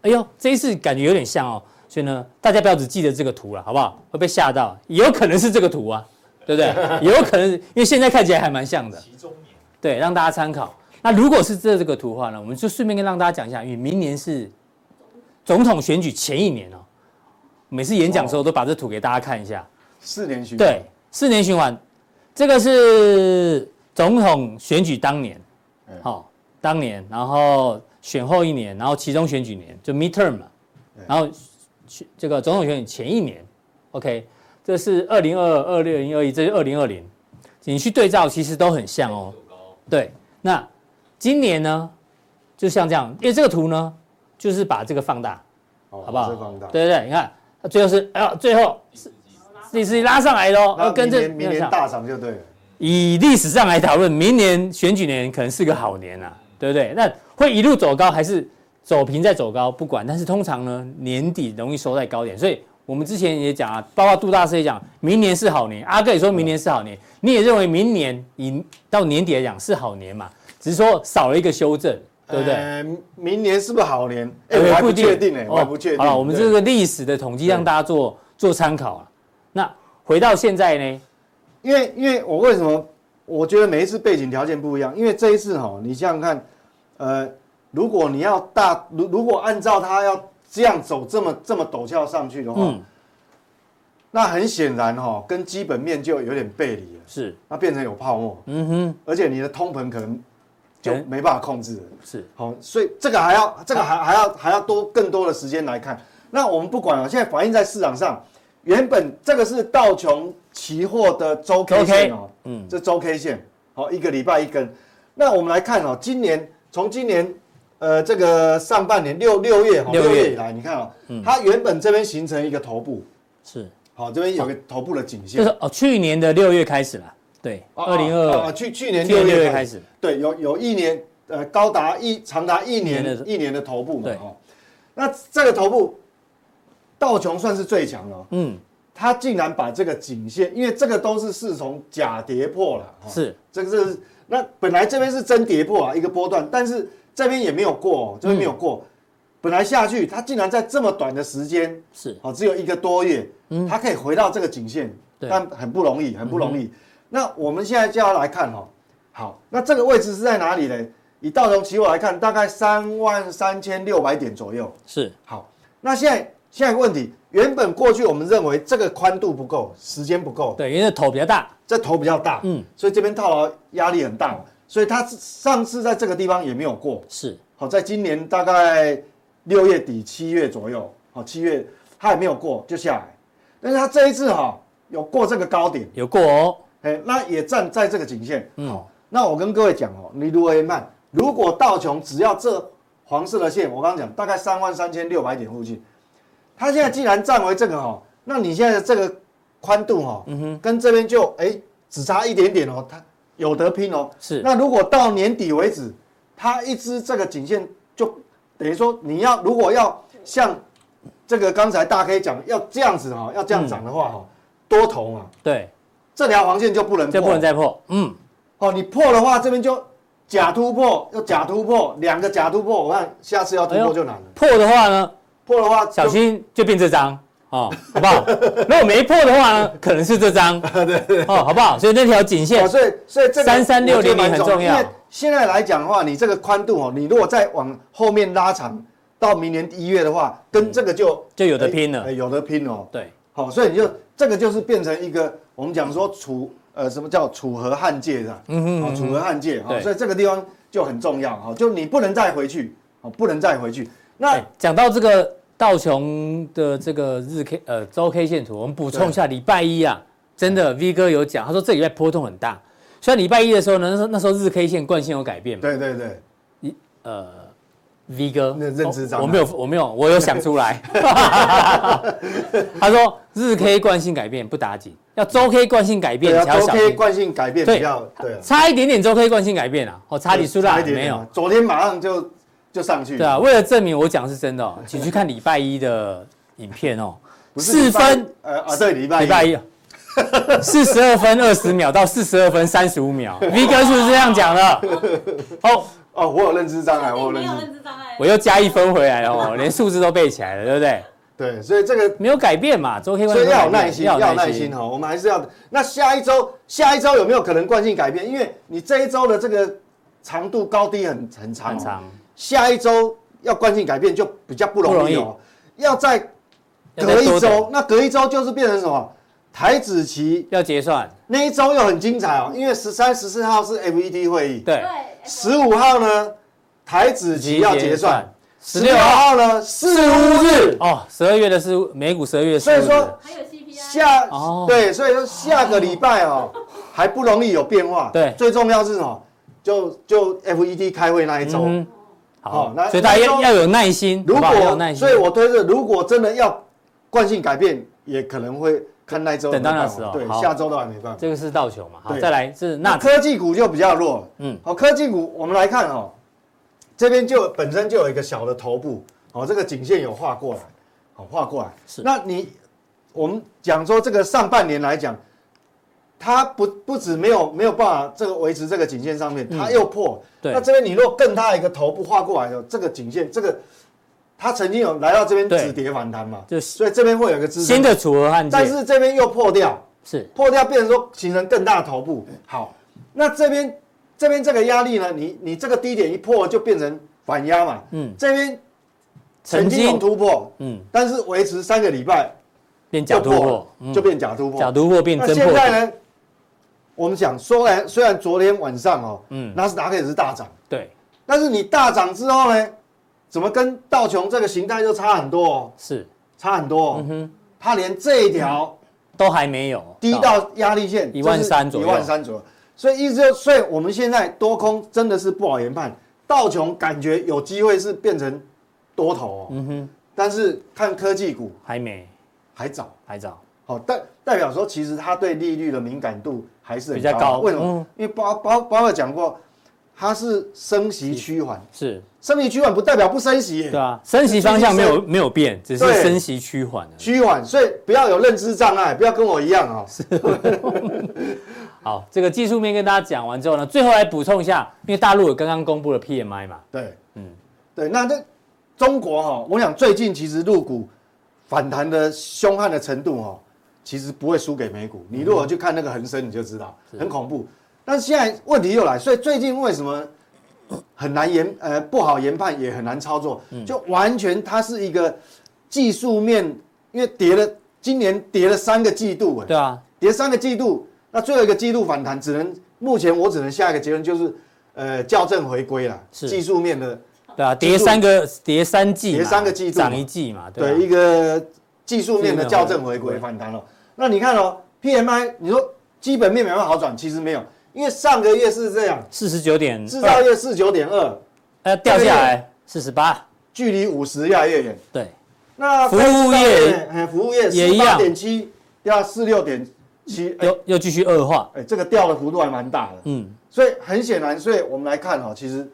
Speaker 1: 哎呦，这一次感觉有点像哦，所以呢，大家不要只记得这个图了，好不好？会被吓到，也有可能是这个图啊，对不对？也有可能是，因为现在看起来还蛮像的，
Speaker 5: 其中年
Speaker 1: 对，让大家参考。那如果是这这个图的话呢，我们就顺便跟让大家讲一下，因为明年是总统选举前一年哦，每次演讲的时候都把这图给大家看一下。
Speaker 3: 四年循环
Speaker 1: 对，，四年循环，这个是总统选举当年，
Speaker 3: 嗯
Speaker 1: 好、当年，然后选后一年，然后其中选举年就 midterm 嘛，
Speaker 3: 嗯
Speaker 1: 然后选这个总统选举前一年，OK，这是二零二二六零二一，这是二零二零，你去对照其实都很像哦。
Speaker 5: 高，
Speaker 1: 对，那今年呢，就像这样，因为这个图呢，就是把这个放大，
Speaker 3: 哦
Speaker 1: 好不好？
Speaker 3: 这放大。
Speaker 1: 对对对，你看，最后是哎呦，最后
Speaker 5: 第四季
Speaker 1: 这是拉上来喽，哦
Speaker 3: 那
Speaker 1: 要跟
Speaker 3: 明
Speaker 1: 着
Speaker 3: 年明
Speaker 1: 你
Speaker 3: 年
Speaker 1: 看
Speaker 3: 大涨就对了。
Speaker 1: 以历史上来讨论，明年选举年可能是个好年啊，对不对？那会一路走高还是走平再走高不管，但是通常呢年底容易收在高点，所以我们之前也讲啊，包括杜大师也讲，明年是好年，阿哥也说明年是好年，你也认为明年以到年底来讲是好年嘛？只是说少了一个修正，对不对？
Speaker 3: 呃明年是不是好年？哎，我还
Speaker 1: 不
Speaker 3: 不
Speaker 1: 一定
Speaker 3: 确定哎，我还
Speaker 1: 哦
Speaker 3: 不确定。
Speaker 1: 好了，我们
Speaker 3: 对
Speaker 1: 这个历史的统计让大家做做参考啊。那回到现在呢？
Speaker 3: 因为因为我为什么我觉得每一次背景条件不一样？因为这一次哈，你想想看，呃，如果你要大，如如果按照他要这样走这么这么陡峭上去的话，
Speaker 1: 嗯，
Speaker 3: 那很显然哈，跟基本面就有点背离了，
Speaker 1: 是，
Speaker 3: 那变成有泡沫，
Speaker 1: 嗯哼，
Speaker 3: 而且你的通膨可能就
Speaker 1: 嗯
Speaker 3: 没办法控制了。
Speaker 1: 是，
Speaker 3: 好，所以这个还要，这个还还要还要多更多的时间来看。那我们不管了，现在反映在市场上，原本这个是道琼期货的周 K 线哦，
Speaker 1: 嗯
Speaker 3: 嗯，这周 K 线，好，一个礼拜一根。那我们来看哦，今年从今年呃这个上半年六六月哦
Speaker 1: 六月
Speaker 3: 六月以来，你看哦，它原本这边形成一个头部，
Speaker 1: 是，
Speaker 3: 好，这边有个头部的颈
Speaker 1: 就
Speaker 3: 线
Speaker 1: 是，哦，去年的六月开始了，对，
Speaker 3: 哦
Speaker 1: 二零
Speaker 3: 哦哦
Speaker 1: 二，
Speaker 3: 去去年
Speaker 1: 去年
Speaker 3: 六
Speaker 1: 六
Speaker 3: 月
Speaker 1: 月
Speaker 3: 开
Speaker 1: 开
Speaker 3: 始
Speaker 1: 始，
Speaker 3: 对，有有一年，呃，高达一长达一
Speaker 1: 一年
Speaker 3: 年
Speaker 1: 的
Speaker 3: 一年的头部嘛
Speaker 1: 对，
Speaker 3: 哦，那这个头部，道琼算是最强了哦，
Speaker 1: 嗯，
Speaker 3: 它竟然把这个颈线，因为这个都是是从假跌破了，哦
Speaker 1: 是，
Speaker 3: 这个是那本来这边是真跌破啊一个波段，但是这边也没有过、哦，这边没有过，
Speaker 1: 嗯
Speaker 3: 本来下去，它竟然在这么短的时间，
Speaker 1: 是，
Speaker 3: 哦，只有一个多月，它可以回到这个颈线，
Speaker 1: 嗯对嗯
Speaker 3: 但很不容易，很不容易。那我们现在就要来看哦，好，那这个位置是在哪里呢？以道琼期货来看，大概三万三千六百点左右。
Speaker 1: 是，
Speaker 3: 好，那现在现在问题，原本过去我们认为这个宽度不够，时间不够，
Speaker 1: 对，因为头比较大，
Speaker 3: 这头比较大，
Speaker 1: 嗯
Speaker 3: 嗯，所以这边套牢压力很大，所以它上次在这个地方也没有过，
Speaker 1: 是，
Speaker 3: 好，在今年大概六月底七月左右，好，七月它也没有过就下来，但是它这一次哈、有过这个高点，
Speaker 1: 有过哦，
Speaker 3: 哎，那也站在这个颈线。
Speaker 1: 嗯，
Speaker 3: 那我跟各位讲哦，你如何慢，如果道琼只要这黄色的线，我刚刚讲大概三万三千六百点附近，它现在既然站回这个哈、哦，那你现在的这个宽度哈、哦，
Speaker 1: 嗯
Speaker 3: 跟这边就哎只差一点点哦，它有得拼哦。
Speaker 1: 是
Speaker 3: 那如果到年底为止，它一支这个颈线就等于说你要如果要像这个刚才大 K 讲要这样子哈、哦，要这样涨的话哈、哦，多头嘛，
Speaker 1: 对，
Speaker 3: 这条黄线就不能
Speaker 1: 这
Speaker 3: 破
Speaker 1: 不能再破，嗯，
Speaker 3: 哦，你破的话，这边就假突破，又假突破，两个假突破，我看下次要突破就难了。
Speaker 1: 破的话呢，
Speaker 3: 破的话，
Speaker 1: 哎小。心就变这张哦，好不好？ 如果没破的话呢，可能是这张，哦，好不好？所以那条颈线
Speaker 3: 哦，所以所以这个
Speaker 1: 3360
Speaker 3: 我觉得蛮
Speaker 1: 很重要
Speaker 3: 因为现在来讲的话，你这个宽度哦，你如果再往后面拉长到明年一月的话，跟这个就
Speaker 1: 嗯就有得拼了
Speaker 3: 哎哎有的拼哦。
Speaker 1: 对，
Speaker 3: 好，所以你就这个就是变成一个我们讲说楚呃什么叫楚河汉界的，嗯哼，好，楚河汉界，好
Speaker 1: 对，
Speaker 3: 所以这个地方就很重要，好，就你不能再回去，好，不能再回去。那
Speaker 1: 哎讲到这个道琼的这个日 K 呃周 K 线图，我们补充一下，礼拜一啊，真的 V 哥有讲，他说这礼拜波动很大。虽然礼拜一的时候呢，那时候那时候日 K 线惯性有改变嘛，
Speaker 3: 对对对，
Speaker 1: 呃，V 哥
Speaker 3: 那认知障
Speaker 1: 哦
Speaker 3: 碍
Speaker 1: 我没有我没有我有想出 来，他说日 K 惯性改变不打紧，要周 K 惯性改变
Speaker 3: 对啊，
Speaker 1: 才要
Speaker 3: 周
Speaker 1: 小
Speaker 3: K
Speaker 1: 心，
Speaker 3: 惯性改变比较对啊，
Speaker 1: 差一点点周 K 惯性改变啊，哦，差你输
Speaker 3: 差
Speaker 1: 了
Speaker 3: 一点
Speaker 1: 没
Speaker 3: 点
Speaker 1: 有
Speaker 3: 啊，？昨天马上就就上去，
Speaker 1: 对啊，，为了证明我讲的是真的、哦，请去看礼拜一的影片哦，
Speaker 3: 不是
Speaker 1: 四
Speaker 3: 礼拜
Speaker 1: 分，
Speaker 3: 呃啊对，礼拜
Speaker 1: 礼拜一， 四十二分二十秒到四十二分三十五秒，V 哥是不是这样讲的？哦，
Speaker 3: 哦，我有认知障碍，我有
Speaker 4: 没
Speaker 3: 认
Speaker 4: 哎有
Speaker 3: 知，
Speaker 4: 认知障碍。
Speaker 1: 我又加一分回来了哦， 连数字都背起来了，对不对？
Speaker 3: 对，所以这个
Speaker 1: 没有改变嘛，周 K
Speaker 3: 所以
Speaker 1: 没有
Speaker 3: 要
Speaker 1: 改
Speaker 3: 有
Speaker 1: 变
Speaker 3: 耐心，要有耐心。哈，哦我们还是要。那下一周，下一周有没有可能惯性改变？因为你这一周的这个长度高低很很长、哦
Speaker 1: 很长，
Speaker 3: 下一周要惯性改变就比较不容易
Speaker 1: 不
Speaker 3: 哦、
Speaker 1: 容
Speaker 3: 要在
Speaker 1: 要再
Speaker 3: 隔一
Speaker 1: 多
Speaker 3: 周
Speaker 1: 等，
Speaker 3: 那隔一周就是变成什么？台子棋
Speaker 1: 要结算，
Speaker 3: 那一周又很精彩哦，因为十三、十四号是 FED 会议，
Speaker 1: 对，
Speaker 4: 对，
Speaker 3: 十五号呢台子期要结算，
Speaker 1: 十
Speaker 3: 十
Speaker 1: 六
Speaker 3: 六
Speaker 1: 号
Speaker 3: 号呢四五日，
Speaker 1: 哦，十二月的是美股十二月，
Speaker 3: 所以说
Speaker 4: 还有 CPI。
Speaker 3: 下
Speaker 1: 哦
Speaker 3: 对，所以说下个礼拜哦还不容易有变化，
Speaker 1: 对
Speaker 3: 最重要是什么？就就 FED 开会那一周，
Speaker 1: 嗯，好
Speaker 3: 哦，那
Speaker 1: 所以大家
Speaker 3: 那
Speaker 1: 要
Speaker 3: 周
Speaker 1: 要有耐心，
Speaker 3: 如
Speaker 1: 好不好要有
Speaker 3: 果
Speaker 1: 耐心，
Speaker 3: 所以我推测，如果真的要惯性改变，也可能会看那一周
Speaker 1: 等到
Speaker 3: 有没有
Speaker 1: 那时候
Speaker 3: 办法
Speaker 1: 好
Speaker 3: 对，下周都还没办法。
Speaker 1: 这个是道琼嘛？好，
Speaker 3: 对
Speaker 1: 再来是
Speaker 3: 那
Speaker 1: 纳指，
Speaker 3: 科技股就比较弱了，
Speaker 1: 嗯
Speaker 3: 嗯，好，科技股我们来看哦，这边就本身就有一个小的头部，哦，这个颈线有画过来，好、画过来，
Speaker 1: 是
Speaker 3: 那你我们讲说这个上半年来讲，它不不止没有没有办法这个维持这个颈线上面，它又破，
Speaker 1: 嗯对
Speaker 3: 那这边你如果更大的一个头部画过来的这个颈线，这个它曾经有来到这边
Speaker 1: 对
Speaker 3: 止跌反弹嘛，
Speaker 1: 就是
Speaker 3: 所以这边会有一个支撑
Speaker 1: 新，的组合汉
Speaker 3: 但
Speaker 1: 界，
Speaker 3: 是这边又破掉。
Speaker 1: 是
Speaker 3: 破掉，变成说形成更大的头部。好，那这边这边这个压力呢？你你这个低点一破就变成反压嘛。
Speaker 1: 嗯
Speaker 3: 嗯，这边
Speaker 1: 曾
Speaker 3: 曾经有
Speaker 1: 经
Speaker 3: 突破，
Speaker 1: 嗯
Speaker 3: 但是维持三个礼拜
Speaker 1: 变假
Speaker 3: 就
Speaker 1: 突
Speaker 3: 破
Speaker 1: 破
Speaker 3: 了，，
Speaker 1: 嗯
Speaker 3: 就变假突破。
Speaker 1: 假突破变
Speaker 3: 那
Speaker 1: 真
Speaker 3: 现
Speaker 1: 破
Speaker 3: 在
Speaker 1: 底，
Speaker 3: 呢？我们讲，虽然虽然昨天晚上哦，
Speaker 1: 嗯
Speaker 3: 嗯，纳斯达克也是大涨，
Speaker 1: 对，
Speaker 3: 但是你大涨之后呢，怎么跟道琼这个形态就差很多、哦，
Speaker 1: 是，
Speaker 3: 差很多、哦。
Speaker 1: 嗯哼，嗯
Speaker 3: 它连这一条
Speaker 1: 都还没有
Speaker 3: 低到压力线
Speaker 1: 13,000左右
Speaker 3: 一万三左右。所以意思就，所以我们现在多空真的是不好研判。道琼感觉有机会是变成多头、哦，
Speaker 1: 嗯哼，
Speaker 3: 但是看科技股
Speaker 1: 还没，
Speaker 3: 还早，
Speaker 1: 还早，
Speaker 3: 好、代代表说其实它对利率的敏感度还是很啊
Speaker 1: 比较高
Speaker 3: 为什么？
Speaker 1: 嗯
Speaker 3: 因为包包包括讲过，它是升息趋缓，
Speaker 1: 是，
Speaker 3: 升息趋缓不代表不升息耶
Speaker 1: 对，啊，升息方向没有没有变，只是
Speaker 3: 对
Speaker 1: 升息趋缓而已。
Speaker 3: 趋缓，所以不要有认知障碍，不要跟我一样哦。
Speaker 1: 好，这个技术面跟大家讲完之后呢，最后来补充一下，因为大陆有刚刚公布了 PMI 嘛，
Speaker 3: 对，
Speaker 1: 嗯
Speaker 3: 嗯，对，那这中国哈、我想最近其实入股反弹的凶悍的程度哈、其实不会输给美股。你如果去看那个恒生，你就知道很恐怖。但是现在问题又来，所以最近为什么很难研呃不好研判，也很难操作，就完全它是一个技术面，因为跌了今年跌了三个季度哎，
Speaker 1: 对啊，
Speaker 3: 跌三个季度，那最后一个季度反弹，只能目前我只能下一个结论就是，呃，校正回归啦，
Speaker 1: 是
Speaker 3: 技术面的
Speaker 1: 对啊，
Speaker 3: 季
Speaker 1: 跌
Speaker 3: 度
Speaker 1: 三个跌三季嘛，
Speaker 3: 跌三个季度嘛
Speaker 1: 涨一季嘛，对
Speaker 3: 对
Speaker 1: 啊
Speaker 3: 一个技术面的
Speaker 1: 技术面
Speaker 3: 校
Speaker 1: 回
Speaker 3: 正回
Speaker 1: 对
Speaker 3: 归反弹了。那你看哦，PMI，你说基本面有没有好转？其实没有，因为上个月是这样，
Speaker 1: 四十九点
Speaker 3: 制造
Speaker 1: 二，
Speaker 3: 业四九点二，
Speaker 1: 呃，掉下来四十八，
Speaker 3: 距离五十越来越远。
Speaker 1: 对，
Speaker 3: 那
Speaker 1: 服务业
Speaker 3: 哎，服务业
Speaker 1: 也
Speaker 3: 十
Speaker 1: 一
Speaker 3: 八
Speaker 1: 样
Speaker 3: 点七掉四六点七，哎
Speaker 1: 又又继续恶化，
Speaker 3: 哎，这个掉的幅度还蛮大的。
Speaker 1: 嗯，
Speaker 3: 所以很显然，所以我们来看哈、其实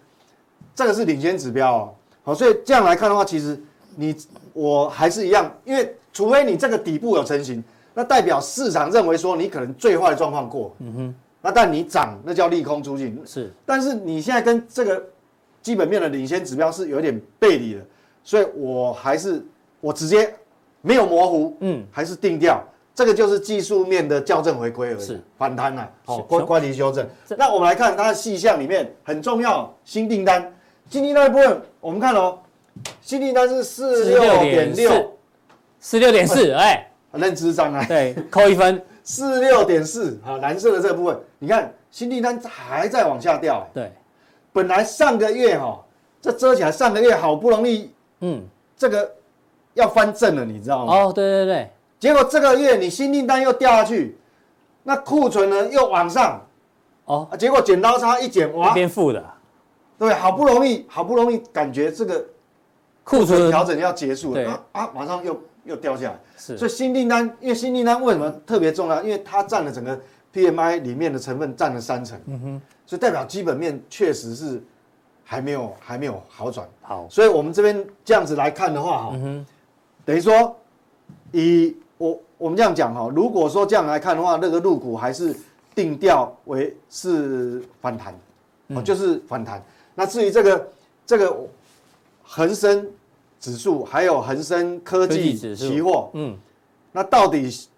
Speaker 3: 这个是领先指标哦。好，所以这样来看的话，其实你我还是一样，因为除非你这个底部有成型，那代表市场认为说你可能最坏的状况过。嗯哼。那但你涨，那叫利空出尽。
Speaker 1: 是
Speaker 3: 但是你现在跟这个基本面的领先指标是有点背离的，所以我还是我直接没有模糊，
Speaker 1: 嗯
Speaker 3: 嗯，还是定调，这个就是技术面的校正回归而已，
Speaker 1: 是
Speaker 3: 反弹啦、好、
Speaker 1: 是
Speaker 3: 关
Speaker 1: 熊
Speaker 3: 关离修正。那我们来看它的细项里面很重要，新订单，新订单的部分我们看哦，新订单是四六点
Speaker 1: 46.4
Speaker 3: 六，
Speaker 1: 四六点四，哎，
Speaker 3: 认知障碍，
Speaker 1: 对，扣一分，
Speaker 3: 四六点四，好，蓝色的这个部分，你看新订单还在往下掉、哎
Speaker 1: 对，
Speaker 3: 本来上个月哈、这遮起来上个月好不容易
Speaker 1: 嗯，
Speaker 3: 这个要翻正了，你知道吗？
Speaker 1: 哦，对对对，
Speaker 3: 结果这个月你新订单又掉下去，那库存呢又往上，
Speaker 1: 哦，
Speaker 3: 啊，结果剪刀差一剪，哇，
Speaker 1: 变负的
Speaker 3: 对，好不容易，好不容易感觉这个
Speaker 1: 库存
Speaker 3: 调整要结束
Speaker 1: 对
Speaker 3: 了，啊啊，马上又又掉下来。
Speaker 1: 是
Speaker 3: 所以新订单，因为新订单为什么特别重要？因为它占了整个 PMI 里面的成分占了三成，嗯哼，所以代表基本面确实是还没有还没有好转。
Speaker 1: 好，
Speaker 3: 所以我们这边这样子来看的话，哈、等于说以我我们这样讲哈，如果说这样来看的话，那个入股还是定调为是反弹，
Speaker 1: 嗯
Speaker 3: 哦，就是反弹。那至于这个这个恒生指数，还有恒生科
Speaker 1: 科技
Speaker 3: 技
Speaker 1: 指数
Speaker 3: 期货，
Speaker 1: 嗯，
Speaker 3: 那到底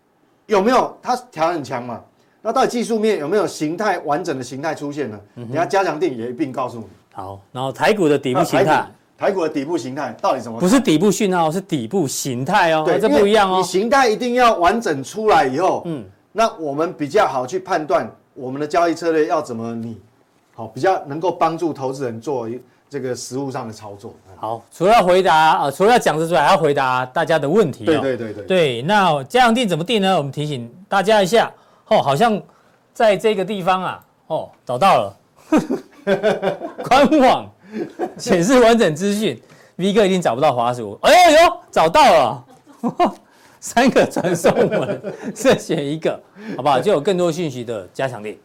Speaker 3: 有没有它调很强嘛？那到底技术面有没有形态完整的形态出现呢？等一下加强定也一并告诉你。
Speaker 1: 好，然后台股的嗯底部形态
Speaker 3: 啊台股的底部形态到底怎么
Speaker 1: 不？是底部讯号，是底部形态哦，这
Speaker 3: 因为
Speaker 1: 不一样哦
Speaker 3: 你，形态一定要完整出来以后，
Speaker 1: 嗯
Speaker 3: 嗯，那我们比较好去判断我们的交易策略要怎么拟，好，比较能够帮助投资人做一这个实物上的操作。
Speaker 1: 好，除了回答呃，除了讲师之外，还要回答大家的问题、哦。
Speaker 3: 对对对对
Speaker 1: 对，那加强定怎么定呢？我们提醒大家一下哦，好像在这个地方啊，哦，找到了， 官网显示完整资讯，V 哥一定找不到滑鼠，哎呦，找到了， 三个传送门， 慎选一个，好不好？就有更多讯息的加强力。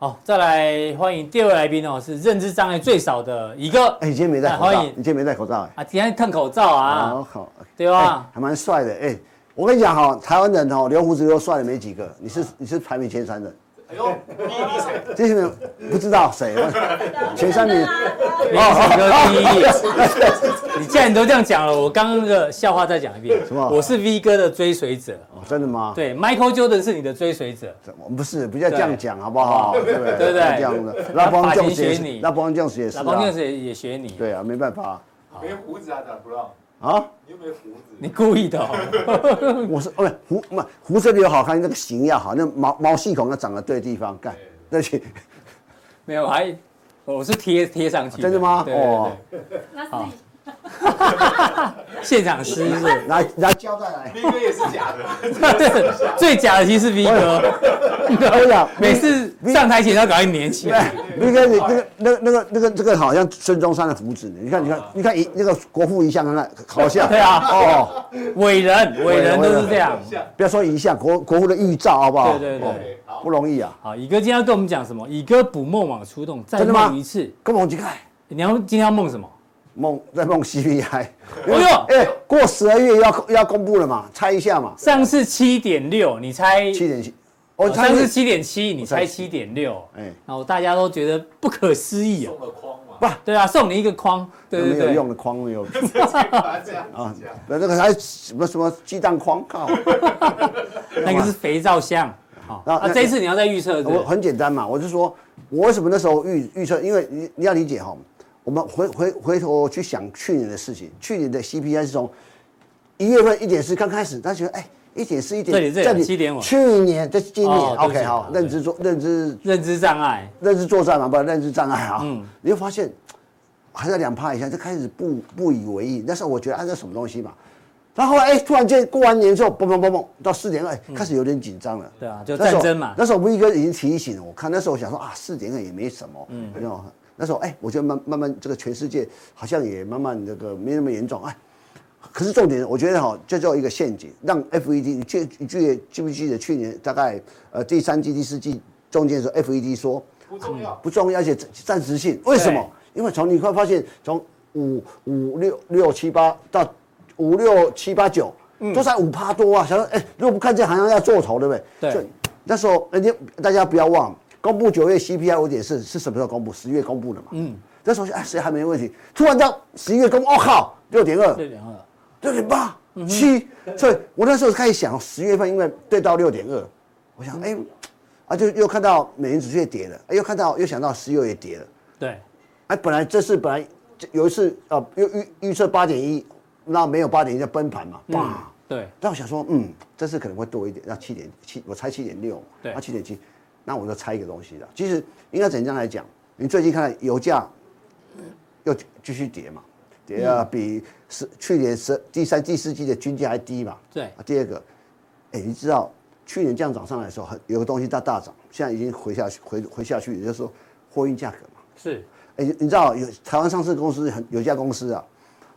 Speaker 1: 好，再来欢迎第二位来宾哦，是认知障碍最少的一个。
Speaker 2: 哎，你今天没戴口
Speaker 1: 哎
Speaker 2: 罩，
Speaker 1: 欢
Speaker 2: 你
Speaker 1: 迎
Speaker 2: 今天没戴口罩哎。
Speaker 1: 啊，今天烫口罩啊，
Speaker 2: 好好，
Speaker 1: 对吧？
Speaker 2: 还蛮帅的哎。我跟你讲哈，台湾人哈留胡子留帅的没几个，你是你是排名前三的，
Speaker 5: 哎呦，第一名谁？
Speaker 2: 这些人不知道谁，
Speaker 4: 啊
Speaker 2: 前三名
Speaker 1: 没有哥第一，你既然都这样讲了，我刚刚那个笑话再讲一遍。
Speaker 2: 什么
Speaker 1: 我是 V 哥的追随者，
Speaker 2: 哦真的吗？
Speaker 1: 对，Michael Jordan 是你的追随者，
Speaker 2: 我们不是，不要这样讲好不好？对不对？
Speaker 1: 哦对不对
Speaker 2: 不要这样的，拉邦教
Speaker 1: 发型
Speaker 2: 学
Speaker 1: 学你
Speaker 2: 拉邦教学也是
Speaker 1: 老方
Speaker 2: 啊
Speaker 1: 电，视也也学你，
Speaker 2: 对啊，没办法
Speaker 5: 没胡子啊，打不让，
Speaker 2: 啊。
Speaker 5: 你又没胡子。
Speaker 1: 你故意 的哦。
Speaker 2: 我是哦，不胡不胡子留好看，那个型要好，那毛毛细孔要长得对地方，干那些
Speaker 1: 没有，我还我是贴贴上去。
Speaker 2: 真的吗？哦
Speaker 1: 对对对，
Speaker 4: 啊那是
Speaker 1: 现场施是不 是。
Speaker 2: 拿拿胶带 来。
Speaker 5: 斌哥也是假的，
Speaker 1: 对，最假的其实是 V 哥，
Speaker 2: 我讲，
Speaker 1: 每次上台前都要赶快粘起来。
Speaker 2: 哎你看你那个那个那个那个这个好像孙中山的胡子呢，你看你看你看一那个国父遗像，看看好像
Speaker 1: 对啊
Speaker 2: 哦，
Speaker 1: 伟人，伟人都是这样。
Speaker 2: 不要说遗像，国国父的预兆好不好？
Speaker 1: 对对对。
Speaker 2: 哦，不容易啊，
Speaker 1: 好，乙哥今天要跟我们讲什么？乙哥捕梦网出动，再
Speaker 2: 真的吗
Speaker 1: 梦一次。
Speaker 2: 跟我们去看
Speaker 1: 你要今天要梦什么？
Speaker 2: 梦在梦 CPI，
Speaker 1: 哎呦
Speaker 2: 哎，过十二月要要公布了嘛，猜一下嘛，
Speaker 1: 上次七点六，你猜
Speaker 2: 七点七，我
Speaker 1: 哦
Speaker 2: 猜
Speaker 1: 上次
Speaker 2: 是
Speaker 1: 七点七，你
Speaker 2: 我
Speaker 1: 猜
Speaker 2: 猜
Speaker 1: 七点六，
Speaker 2: 哎
Speaker 1: 然后大家都觉得不可思议哦
Speaker 5: 中。了框嘛，
Speaker 1: 对啊，送你一个框，对对
Speaker 2: 没有
Speaker 1: 对，
Speaker 2: 用的框没有
Speaker 5: 打架
Speaker 2: 啊
Speaker 5: 架，
Speaker 2: 那那个还什么什么鸡蛋框靠，
Speaker 1: 那个是肥皂箱。好，
Speaker 2: 然后
Speaker 1: 那
Speaker 2: 啊那
Speaker 1: 这一次你要再预测是不
Speaker 2: 我
Speaker 1: 是，
Speaker 2: 很简单嘛，我就说，我为什么那时候预预测？因为你你要理解哈，我们回回回头去想去年的事情，去年的 CPI 是从一月份一点四刚开始，他觉得哎一点四一点，
Speaker 1: 这里这里7.5
Speaker 2: 去年这是今年、
Speaker 1: 哦对不起
Speaker 2: OK 好，
Speaker 1: 对
Speaker 2: 认知作认知
Speaker 1: 认知障碍。
Speaker 2: 认知作战嘛，不认知障碍啊，
Speaker 1: 嗯
Speaker 2: 你会发现还在两趴以下就开始不不以为意。那时候我觉得按照什么东西嘛，然后后来哎突然间过完年之后，嘣嘣嘣嘣到四点二，哎开始有点紧张了。
Speaker 1: 对啊就
Speaker 2: 那时
Speaker 1: 嗯
Speaker 2: 候
Speaker 1: 战争嘛
Speaker 2: 那时候 V 哥已经提醒了我，看那时候我想说啊四点二也没什么，嗯，你知道吗那时候哎，我觉得慢慢慢这个全世界好像也慢慢这个没那么严重哎。可是重点，我觉得哈，这叫一个陷阱，让 E FED 你记你记记不记得去年大概呃第三季第四季中间的时候，FED 说
Speaker 5: 不重要。
Speaker 2: 不重要，而且暂时性。为什
Speaker 1: 对
Speaker 2: 么？因为从你会发现，从五五六六七八到五六七八九，都在五趴多啊。想说，哎、如果不看这行像要做头，对不对？
Speaker 1: 对
Speaker 2: 所以那时候，人家大家不要忘，公布九月 CPI 五点四是什么时候公布？十月公布的嘛。嗯。那时候哎，谁还没问题？突然到十一月公布，我、靠，六点二，
Speaker 1: 对，然后
Speaker 2: 六点八七，所以我那时候开始想，十月份因为对到六点二，我想哎、啊就又看到美元指数也跌了，哎又看到又想到石油也跌了，
Speaker 1: 对，
Speaker 2: 哎本来这次本来这有一次啊又预预测八点一，那没有八点一就崩盘嘛，
Speaker 1: 嗯
Speaker 2: 哇！，
Speaker 1: 对，
Speaker 2: 那我想说，嗯，这次可能会多一点，那七点七，我猜七点六，啊
Speaker 1: 对
Speaker 2: 那七点七，那我就猜一个东西了。其实应该怎样来讲？你最近看油价又继继续跌嘛，跌
Speaker 1: 嗯
Speaker 2: 啊，比是去年十第三、第四季的均价还低嘛。
Speaker 1: 对
Speaker 2: 啊，第二个，哎，你知道去年这样涨上来的时候，很有个东西它大涨，现在已经回下去，回回下去，也就是说货运价格嘛。
Speaker 1: 是，
Speaker 2: 哎、你你知道有台湾上市公司很有一家公司啊，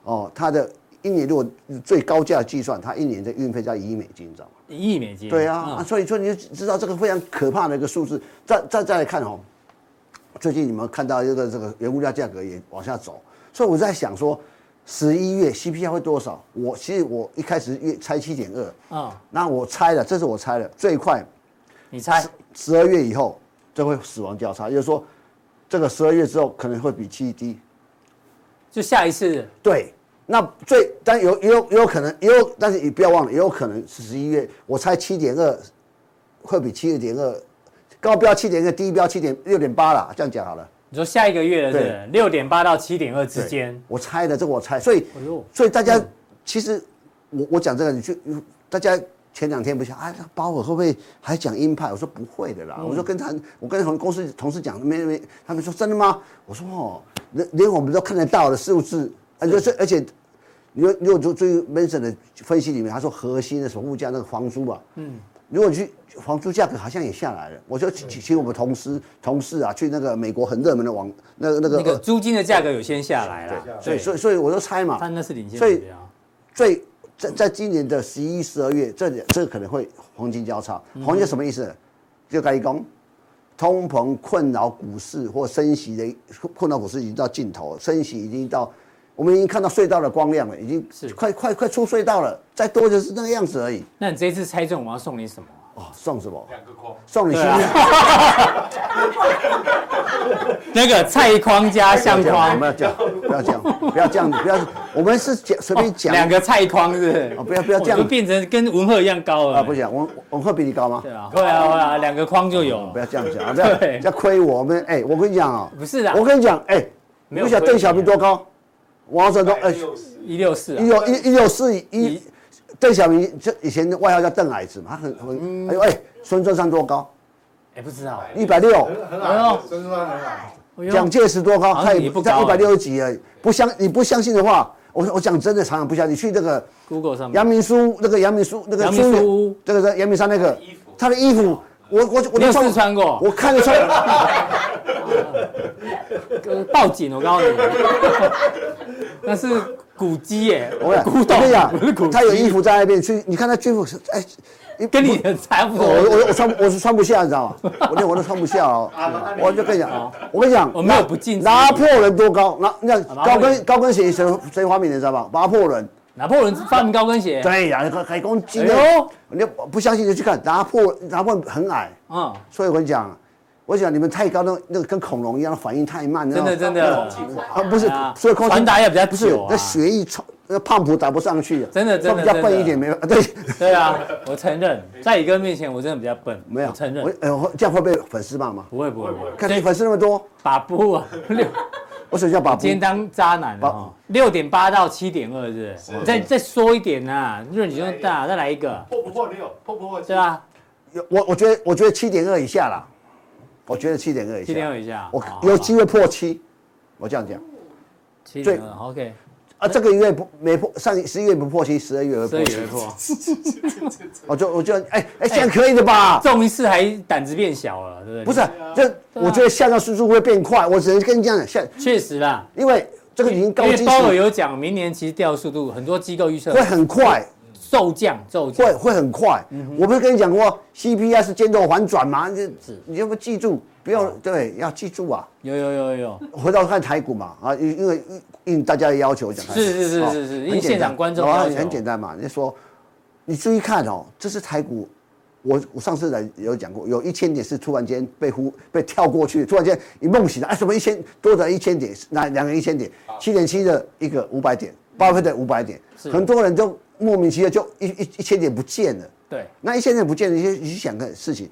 Speaker 2: 哦，它的一年如果最高价计算，它一年的运费在一亿美金，你知道吗？
Speaker 1: 一亿美金。
Speaker 2: 对啊，啊
Speaker 1: 嗯
Speaker 2: 所以说你就知道这个非常可怕的一个数字。再再再来看哦，最近你们看到这个这个原物料价格也往下走，所以我在想说，十一月 CPI 会多少？我其实我一开始预猜七点二，
Speaker 1: 嗯，
Speaker 2: 那我猜了，这是我猜的，最快
Speaker 1: 你猜
Speaker 2: 十二月以后就会死亡交叉，也就是说，这个十二月之后可能会比七低。
Speaker 1: 就下一次
Speaker 2: 对，那最但有也有也有可能，也有但是你不要忘了，也有可能是十一月，我猜七点二会比七点二高标七点二，低标七点六点八啦，这样讲好了。
Speaker 1: 你说下一个月的
Speaker 2: 对
Speaker 1: 是六点八到七点二之
Speaker 2: 对
Speaker 1: 间，
Speaker 2: 我猜的，这个我猜，所以
Speaker 1: 哎呦
Speaker 2: 所以大家其实我我讲这个，你去大家前两天不想啊，那鲍尔会不会还讲鹰派？我说不会的啦，我说跟他，我跟同公司同事讲，没没，他们说真的吗？我说哦，连连我们都看得到的数字，而且而且如果如果注注意 Mason 的分析里面，他说核心的什么物价那个房租啊，嗯，如果你去房租价格好像也下来了。我就请请我们同事同事啊去那个美国很热门的网那个那个，
Speaker 1: 那个租金的价格有先下来了，
Speaker 2: 所以所以所以我就猜嘛，
Speaker 1: 但那是领先
Speaker 2: 所以
Speaker 1: 指标。
Speaker 2: 最在在今年的十一、十二月，这里这可能会黄金交叉。黄金什么意思？就该讲，通膨困扰股市或升息的困扰股市已经到尽头，升息已经到，我们已经看到隧道的光亮了，已经
Speaker 1: 是
Speaker 2: 快快快出隧道了，再多就是那个样子而已。
Speaker 1: 那你这一次猜中，我要送你什么？
Speaker 2: 哦，送什么？
Speaker 5: 两个空，
Speaker 2: 送你
Speaker 1: 对
Speaker 2: 心
Speaker 1: 啊
Speaker 2: 里，
Speaker 1: 那个菜筐加相
Speaker 2: 不要这样，不
Speaker 1: 框，
Speaker 2: 要这样，不要这样，不要这样，不要，我们是讲随便讲
Speaker 1: 两个菜筐是不是？
Speaker 2: 哦不要不要这样
Speaker 1: 我就变成跟文鹤一样高了
Speaker 2: 啊，不讲，我我会比你高吗
Speaker 1: 对？啊，会啊会啊，两个框就有
Speaker 2: 不
Speaker 1: 了。
Speaker 2: 要这样 讲，啊！不要
Speaker 1: 对
Speaker 2: 不要亏我我们。哎，我跟你讲啊，
Speaker 1: 不是啦
Speaker 2: 我跟你讲，哎，
Speaker 1: 没
Speaker 2: 你
Speaker 1: 有
Speaker 2: 不晓得
Speaker 1: 亏你
Speaker 2: 邓小平多高？王振东，哎，
Speaker 5: 六十，
Speaker 1: 一六四啊
Speaker 2: 一，六一一六四一
Speaker 1: 一，
Speaker 2: 邓小平这以前的外号叫邓矮子嘛，他很
Speaker 1: 嗯
Speaker 2: 很，哎呦哎，孙中山多高？
Speaker 1: 哎，不知道，
Speaker 2: 一百六。
Speaker 5: 很很
Speaker 1: 哎呦
Speaker 5: 矮，真的很矮，
Speaker 1: 哎呦
Speaker 2: 蒋介石多高？
Speaker 1: 好像
Speaker 2: 他
Speaker 1: 你
Speaker 2: 也
Speaker 1: 不
Speaker 2: 不
Speaker 1: 高
Speaker 2: 在
Speaker 1: 啊
Speaker 2: 一百六十几而已。不相你不相信的话，我我讲真的，常常不相信。你去那个
Speaker 1: Google 上面
Speaker 2: 阳明书那个阳明书那个
Speaker 1: 嗯阳明书屋
Speaker 2: 这个在阳明山那个
Speaker 5: 衣服
Speaker 2: 他的衣服，我我我
Speaker 1: 你有
Speaker 2: 都
Speaker 1: 试穿过？
Speaker 2: 我看得出来。
Speaker 1: 呃报警，我告诉你， 那是古迹耶，
Speaker 2: 我跟
Speaker 1: 古
Speaker 2: 你讲
Speaker 1: 董
Speaker 2: 我跟你，
Speaker 1: 不 是古
Speaker 2: 讲，
Speaker 1: 迹
Speaker 2: 他有衣服在那边去，你看他军服是，哎，一
Speaker 1: 跟你的差不
Speaker 2: 我我
Speaker 1: 多。
Speaker 2: 我我穿我是穿不下，你知道吗？我连我都穿不下哦。
Speaker 1: 啊
Speaker 2: 我就跟你讲，我跟你讲，
Speaker 1: 哦我没有不敬之礼
Speaker 2: 拿拿破仑多高？拿那
Speaker 1: 拿破
Speaker 2: 高
Speaker 1: 仑
Speaker 2: 跟高跟鞋谁谁发明的，你知道吧？拿破仑。
Speaker 1: 拿破仑发明高跟鞋，
Speaker 2: 对呀，还还公斤的
Speaker 1: 哎呦，
Speaker 2: 你不相信就去看，拿破拿破仑很矮，
Speaker 1: 嗯，
Speaker 2: 所以我跟你讲，我讲你们太高，那那个跟恐龙一样，反应太慢，你知
Speaker 1: 真
Speaker 2: 道吗
Speaker 1: 的真的
Speaker 5: 空气不好，
Speaker 2: 啊，不是
Speaker 1: 哎呀，
Speaker 2: 所以空气
Speaker 1: 传达也比较
Speaker 2: 不是
Speaker 1: 久啊
Speaker 2: 那血液冲，那胖虎打不上去啊，
Speaker 1: 真的真的
Speaker 2: 比较
Speaker 1: 真
Speaker 2: 笨
Speaker 1: 的
Speaker 2: 一点没有，对，
Speaker 1: 对啊，我承认，在宇哥面前我真的比较笨，
Speaker 2: 没有
Speaker 1: 我承
Speaker 2: 我
Speaker 1: 认，
Speaker 2: 哎我这样会被粉丝骂吗？
Speaker 1: 不会不会不
Speaker 5: 会
Speaker 1: 会
Speaker 5: 不，
Speaker 2: 看你粉丝那么多，
Speaker 1: 把布啊， 六，
Speaker 2: 我手下把布
Speaker 1: 今，天当渣男了哈，六点八到七点二是不是？
Speaker 5: 是
Speaker 1: 再再缩一点呐，润你就大，再来一个，
Speaker 5: 破不破六，破不破七
Speaker 1: 对，吧？
Speaker 2: 我我觉得我觉得七点二以下啦，我觉得七点二以下，
Speaker 1: 七点二以下，哦
Speaker 2: 我
Speaker 1: 好
Speaker 2: 有机会破七，我这样讲
Speaker 1: 七点二，OK，
Speaker 2: 啊，这个月不没破，上一十一月不破七，十二月会
Speaker 1: 所以
Speaker 2: 破
Speaker 1: 也会
Speaker 2: 七，
Speaker 1: 破，
Speaker 2: 我就我就哎哎，这样可以的吧？
Speaker 1: 中一次还胆子变小了，对不对？啊
Speaker 2: 不是，啊这我觉得下降速度会变快，我只能跟你这样讲下，
Speaker 1: 确实啦，
Speaker 2: 因为这个已经
Speaker 1: 因
Speaker 2: 高
Speaker 1: 为
Speaker 2: 基
Speaker 1: 鲍尔
Speaker 2: 数，
Speaker 1: 有讲，明年其实掉速度，很多机构预测
Speaker 2: 会很快。
Speaker 1: 嗯骤降，骤降
Speaker 2: 会。会很快。
Speaker 1: 嗯
Speaker 2: 我不是跟你讲过 CPI 是尖头反转吗？你你要不记住，不
Speaker 1: 哦
Speaker 2: 要对，要记住啊。
Speaker 1: 有有有有，
Speaker 2: 回到看台股嘛，啊，因因为应大家的要求讲台股，
Speaker 1: 是是是
Speaker 2: 哦
Speaker 1: 是是因为
Speaker 2: 很简单
Speaker 1: 现场观众
Speaker 2: 然后
Speaker 1: 要求
Speaker 2: 很简单嘛。你说，你注意看哦，这是台股，我我上次来有讲过，有一千点是突然间被忽被跳过去，突然间你梦醒了，哎，什么一千多的一千点，哪两个一千点，
Speaker 1: 啊
Speaker 2: 七点七的一个五百点，巴菲特五百点，很多人都莫名其妙就一一一千点不见了。
Speaker 1: 对，
Speaker 2: 那一千点不见了，你去你去想个事情，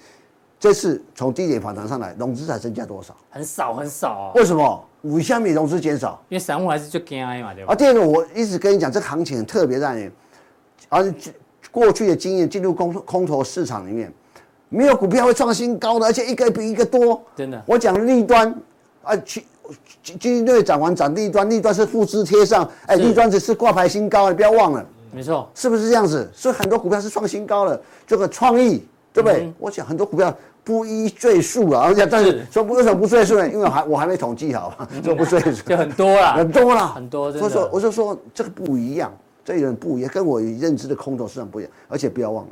Speaker 2: 这次从低点反弹上来，融资才增加多少？
Speaker 1: 很少很少哦，
Speaker 2: 为什么五下米融资减少？
Speaker 1: 因为散户还是就 K I 嘛，对吧
Speaker 2: 啊，？第二个我一直跟你讲，这个行情很特别，让你，而过去的经验进入空空头市场里面，没有股票会创新高的，而且一个比一个多。
Speaker 1: 真的
Speaker 2: 我讲利端，啊，去。基金队涨完涨利端，利端是复制贴上，哎、
Speaker 1: 是
Speaker 2: 利端只是挂牌新高，你不要忘了。
Speaker 1: 没错，
Speaker 2: 是不是这样子？所以很多股票是创新高了，这个创意，对不对？我讲很多股票不一赘述啊了，而且但
Speaker 1: 嗯
Speaker 2: 是
Speaker 1: 是嗯
Speaker 2: 说不为什么不赘述呢？因为我还我还没统计好，说不赘述
Speaker 1: 就很多啦，
Speaker 2: 很多啦，
Speaker 1: 很多真的
Speaker 2: 我说我就说这个不一样，这有点不一样，跟我认知的空头市场不一样，而且不要忘了，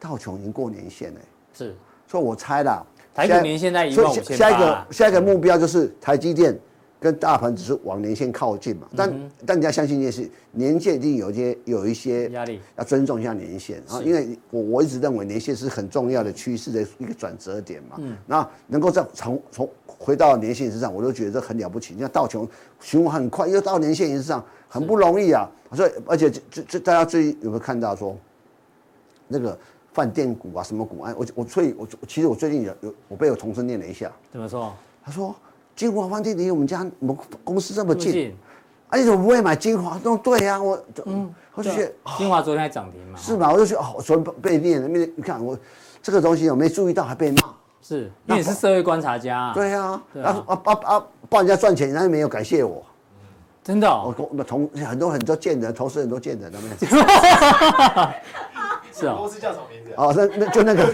Speaker 2: 道琼已经过年线了，
Speaker 1: 是
Speaker 2: 所以我猜啦，
Speaker 1: 台股
Speaker 2: 下
Speaker 1: 年现在
Speaker 2: 所以下
Speaker 1: 15,800
Speaker 2: 下一个下一个目标就是台积电跟大盘指数往年线靠近嘛，
Speaker 1: 嗯
Speaker 2: 但、但你要相信一件事，年线一定有一些有一些
Speaker 1: 压力
Speaker 2: 要尊重一下年线啊，因为我我一直认为年线是很重要的趋势的一个转折点嘛。那能够在从从回到年线之上，我都觉得这很了不起。你看道琼循环很快，又到年线之上，很不容易啊。所以而且这这这大家最有没有看到说，那个饭店股啊什么股啊，我我所以我我其实我最近有有我被我同事念了一下，
Speaker 1: 怎么说？
Speaker 2: 他说金华饭店离我们家我们公司这么
Speaker 1: 这么
Speaker 2: 近
Speaker 1: 近，
Speaker 2: 啊，你怎么不会买精华？都对呀、我嗯，
Speaker 1: 啊
Speaker 2: 我就觉得
Speaker 1: 金华昨天还涨停嘛，
Speaker 2: 是吧？我就觉得哦，我昨天被念了，你看我这个东西我没注意到，还被骂。
Speaker 1: 是，因为你是社会观察家啊，
Speaker 2: 啊对呀、
Speaker 1: 对
Speaker 2: 啊
Speaker 1: 啊，
Speaker 2: 啊啊啊啊！帮人家赚钱，人家没有感谢我。
Speaker 1: 真的
Speaker 2: 我
Speaker 1: 哦，
Speaker 2: 我同很多很多贱人，同事很多贱人，他们
Speaker 1: 是哦
Speaker 5: 公，司叫什么名字啊？
Speaker 2: 哦，那那就那个，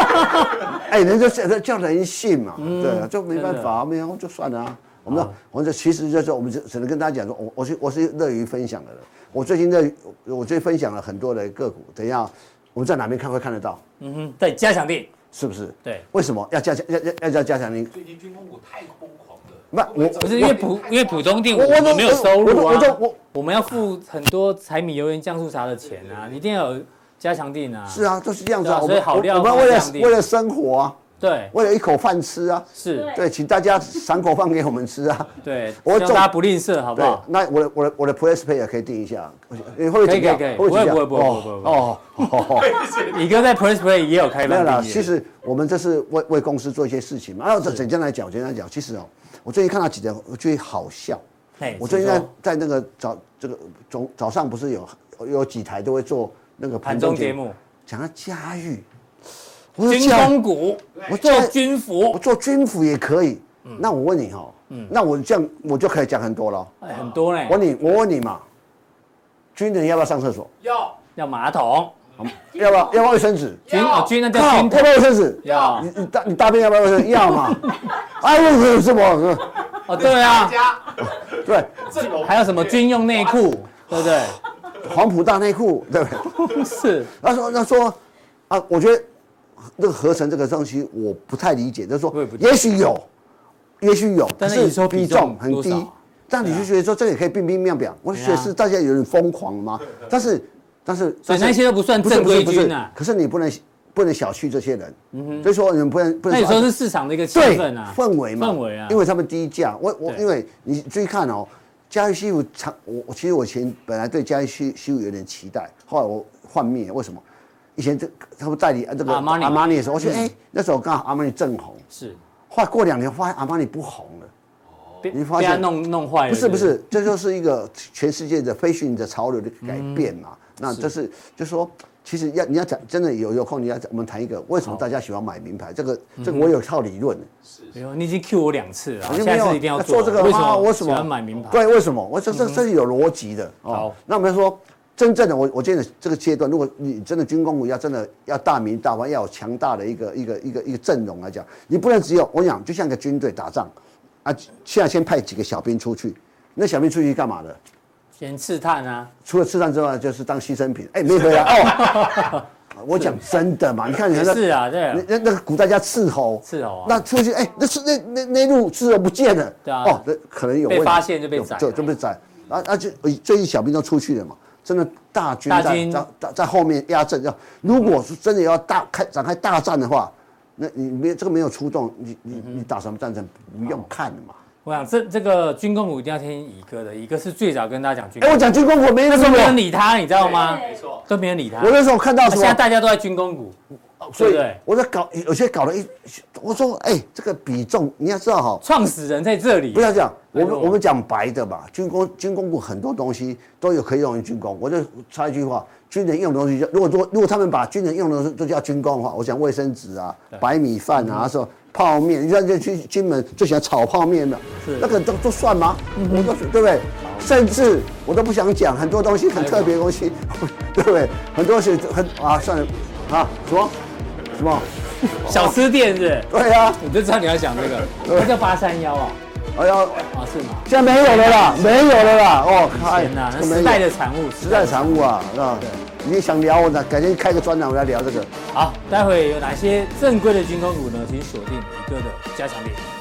Speaker 2: 哎，人家叫叫人性嘛，对啊，就没办法，没有就算了啊。我们说，我们说，其实就是我们只只能跟大家讲说，我我是我是乐于分享的人。我最近乐于，我最近分享了很多的个股，等一下我们在哪边看会看得到，
Speaker 1: 嗯哼，对，加强定，
Speaker 2: 是不是？
Speaker 1: 对，
Speaker 2: 为什么要加强要要要要加强你？
Speaker 5: 最近军工股太疯狂了，
Speaker 2: 不我
Speaker 1: 不是因为普因为普通定我
Speaker 2: 我
Speaker 1: 们没有收入
Speaker 2: 我我都
Speaker 1: 啊
Speaker 2: 我，
Speaker 1: 我们要付很多柴米油盐酱醋茶的钱啊，你一定要有加强定啊，
Speaker 2: 是啊，都是这样子
Speaker 1: 对
Speaker 2: 啊。
Speaker 1: 啊
Speaker 2: 我
Speaker 1: 所以
Speaker 2: 们
Speaker 1: 好料
Speaker 2: 我们
Speaker 1: 放
Speaker 2: 为了
Speaker 1: 亮点
Speaker 2: 为了生活啊，
Speaker 1: 对，
Speaker 2: 为了一口饭吃啊，
Speaker 1: 是，
Speaker 2: 对，请大家赏口饭给我们吃啊。
Speaker 1: 对，
Speaker 2: 我
Speaker 1: 希望
Speaker 2: 中
Speaker 1: 大家不吝啬，好不
Speaker 2: 对
Speaker 1: 好，？
Speaker 2: 那我的我的我的 Press Play 也可以定一下，你会不会
Speaker 1: 可以
Speaker 2: 怎样？
Speaker 1: 可以可以
Speaker 2: 会怎样
Speaker 1: 不会不会不会
Speaker 2: 哦
Speaker 1: 不会不会
Speaker 2: 哦哦哦，哦
Speaker 1: 李哥在 Press Play 也有开
Speaker 2: 没有
Speaker 1: 放
Speaker 2: 啦。
Speaker 1: 订阅
Speaker 2: 其实我们这是为为公司做一些事情嘛。然后简单来讲，简单来讲，其实哦，我最近看到几条，我觉得好笑。
Speaker 1: 嘿
Speaker 2: 我最近
Speaker 1: 哎请
Speaker 2: 在
Speaker 1: 说
Speaker 2: 在那个早这个早早上不是有有几台都会做那个
Speaker 1: 盘中节，目，
Speaker 2: 讲到家喻，我说
Speaker 1: 军
Speaker 2: 家
Speaker 1: 工股，
Speaker 2: 我
Speaker 1: 做
Speaker 2: 在
Speaker 1: 军服
Speaker 2: 我，做军服也可以。
Speaker 1: 嗯
Speaker 2: 那我问你哈，那我这样我就可以讲很多了。
Speaker 1: 哎，很多
Speaker 2: 我
Speaker 1: 呢，
Speaker 2: 问你，我问你嘛，军人要不要上厕所？
Speaker 5: 要
Speaker 1: 要马桶，
Speaker 2: 要不要？要不要卫生纸？
Speaker 1: 军哦军那叫
Speaker 2: 靠，要
Speaker 1: 军
Speaker 2: 嗯不要卫生 纸？
Speaker 1: 要
Speaker 2: 你你大你大便要不要卫生纸？要 嘛？哎，为什么什么？
Speaker 1: 哦，对 啊，
Speaker 5: 家
Speaker 2: 对，
Speaker 5: 阵容
Speaker 1: 还有什么军用内裤，对不对？
Speaker 2: 黄埔大内裤，对不对？
Speaker 1: 是，
Speaker 2: 他说他说啊，我觉得那个合成这个东西我不太理解，就是说
Speaker 1: 我也不
Speaker 2: 也许有，也许有，
Speaker 1: 但是
Speaker 2: 可
Speaker 1: 你说比
Speaker 2: 比
Speaker 1: 重
Speaker 2: 重很
Speaker 1: 多少
Speaker 2: 低
Speaker 1: 啊，
Speaker 2: 但你就觉得说这个也可以冰冰妙表，我就觉得是大家有点疯狂吗？但是但是
Speaker 1: 所以那些都不算
Speaker 2: 不是
Speaker 1: 正
Speaker 2: 不是
Speaker 1: 规
Speaker 2: 不是
Speaker 1: 军啊，。嗯
Speaker 2: 可是你不能不能小觑这些人，所以说你们不能不
Speaker 1: 那
Speaker 2: 能
Speaker 1: 有时候
Speaker 2: 啊
Speaker 1: 是市场的一个气
Speaker 2: 对
Speaker 1: 氛啊，
Speaker 2: 氛围嘛，
Speaker 1: 氛围啊，
Speaker 2: 因为他们低价，我我
Speaker 1: 对
Speaker 2: 因为你注意看哦，嘉裕西服长，我我其实我以前本来对嘉裕西西服有点期待，后来我幻灭，为什么？以前这他们代理呃这个
Speaker 1: Armani
Speaker 2: 阿玛尼的时候，我觉得
Speaker 1: 嗯
Speaker 2: 哎那时候刚好阿玛尼正红，
Speaker 1: 是
Speaker 2: 后来过两年发现阿玛尼不红了，
Speaker 1: 被
Speaker 2: 你发
Speaker 1: 被他
Speaker 2: 现
Speaker 1: 弄弄坏了，
Speaker 2: 不是不
Speaker 1: 哎对对，
Speaker 2: 是，这就是一个全世界的飞行的潮流的改变嘛。
Speaker 1: 嗯
Speaker 2: 那这是就说，其实要你要讲真的有有空你要讲我们谈一个为什么大家喜欢买名牌，这个
Speaker 1: 嗯
Speaker 2: 这个我有套理论的。
Speaker 1: 哎呦，你已经 Q 我两次了，啊
Speaker 2: 我就
Speaker 1: 下
Speaker 2: 没有
Speaker 1: 次一定要
Speaker 2: 做这个
Speaker 1: 为什
Speaker 2: 啊
Speaker 1: 么
Speaker 2: 我什么
Speaker 1: 喜欢买名牌？
Speaker 2: 对，为什么？我这这这是有逻辑的哦
Speaker 1: 嗯好。
Speaker 2: 那我们说，真正的我我建议这个阶段，如果你真的军工股要真的要大名大方，要有强大的一个一个一个一个阵容来讲，你不能只有我讲，就像个军队打仗啊，现在先派几个小兵出去，那小兵出去干嘛的？
Speaker 1: 先刺探啊，
Speaker 2: 除了吃饭之外，就是当牺牲品。哎，没回来 哦。我讲真的嘛，你看人
Speaker 1: 也
Speaker 2: 家
Speaker 1: 是啊，对
Speaker 2: 那
Speaker 1: 啊，
Speaker 2: 那那个古代叫斥候，
Speaker 1: 刺哦啊，
Speaker 2: 那出去哎、那是那那那路自由不见了，
Speaker 1: 对啊
Speaker 2: 哦，那可能有问题
Speaker 1: 被发现就被宰
Speaker 2: 就就被宰，啊啊就最近小兵都出去了嘛，真的大军
Speaker 1: 大
Speaker 2: 在
Speaker 1: 军
Speaker 2: 在在在后面压阵，要如果是真的要大开展开大战的话，那你没有这个没有出动，你
Speaker 1: 嗯
Speaker 2: 你你打什么战争不
Speaker 1: 哦
Speaker 2: 用看了嘛？
Speaker 1: 我想这这个军工股一定要听乙哥的，乙哥是最早跟大家讲军
Speaker 2: 哎、
Speaker 1: 工
Speaker 2: 我
Speaker 1: 股，
Speaker 2: 讲军工我没人
Speaker 1: 都
Speaker 2: 跟
Speaker 1: 没人
Speaker 2: 我，
Speaker 1: 理他，你知道吗？
Speaker 5: 没错，
Speaker 1: 都没人理他
Speaker 2: 我，那时候看啊到什
Speaker 1: 啊现在
Speaker 2: 么，
Speaker 1: 大家都在军工股，对
Speaker 2: 所
Speaker 1: 不
Speaker 2: 以
Speaker 1: 对？
Speaker 2: 我在搞有些搞了一，我说哎、这个比重你要知道哈，
Speaker 1: 创始人在这里
Speaker 2: 不，要讲，我
Speaker 1: 哎
Speaker 2: 们
Speaker 1: 呦
Speaker 2: 我们讲白的吧，军工军工股很多东西都有可以用于军工。我就插一句话，军人用的东西叫，如果说如果他们把军人用的东西都叫军工的话，我想卫生纸啊、白米饭
Speaker 1: 嗯
Speaker 2: 啊、说泡面，你看这去金门最喜欢炒泡面的
Speaker 1: 是，嗯
Speaker 2: 那个都都算吗？我都对不对？甚至我都不想讲很多东西很
Speaker 1: 哎
Speaker 2: 特别的东西， 对不对？很多是很啊算了啊什么什么
Speaker 1: 小吃店是不是，
Speaker 2: 对啊，
Speaker 1: 我就知道你要讲这个，那叫八三幺啊，
Speaker 2: 哎呀。
Speaker 1: 啊是吗？
Speaker 2: 现在没有了啦，没有了啦！哦，靠
Speaker 1: 天啊哪，那
Speaker 2: 这个没有
Speaker 1: 时代的产物，
Speaker 2: 时代产物啊，啊，你想聊我呢？改天开个专栏，我来聊这个。
Speaker 1: 好，待会有哪些正规的军工股呢？请锁定一个的加强点。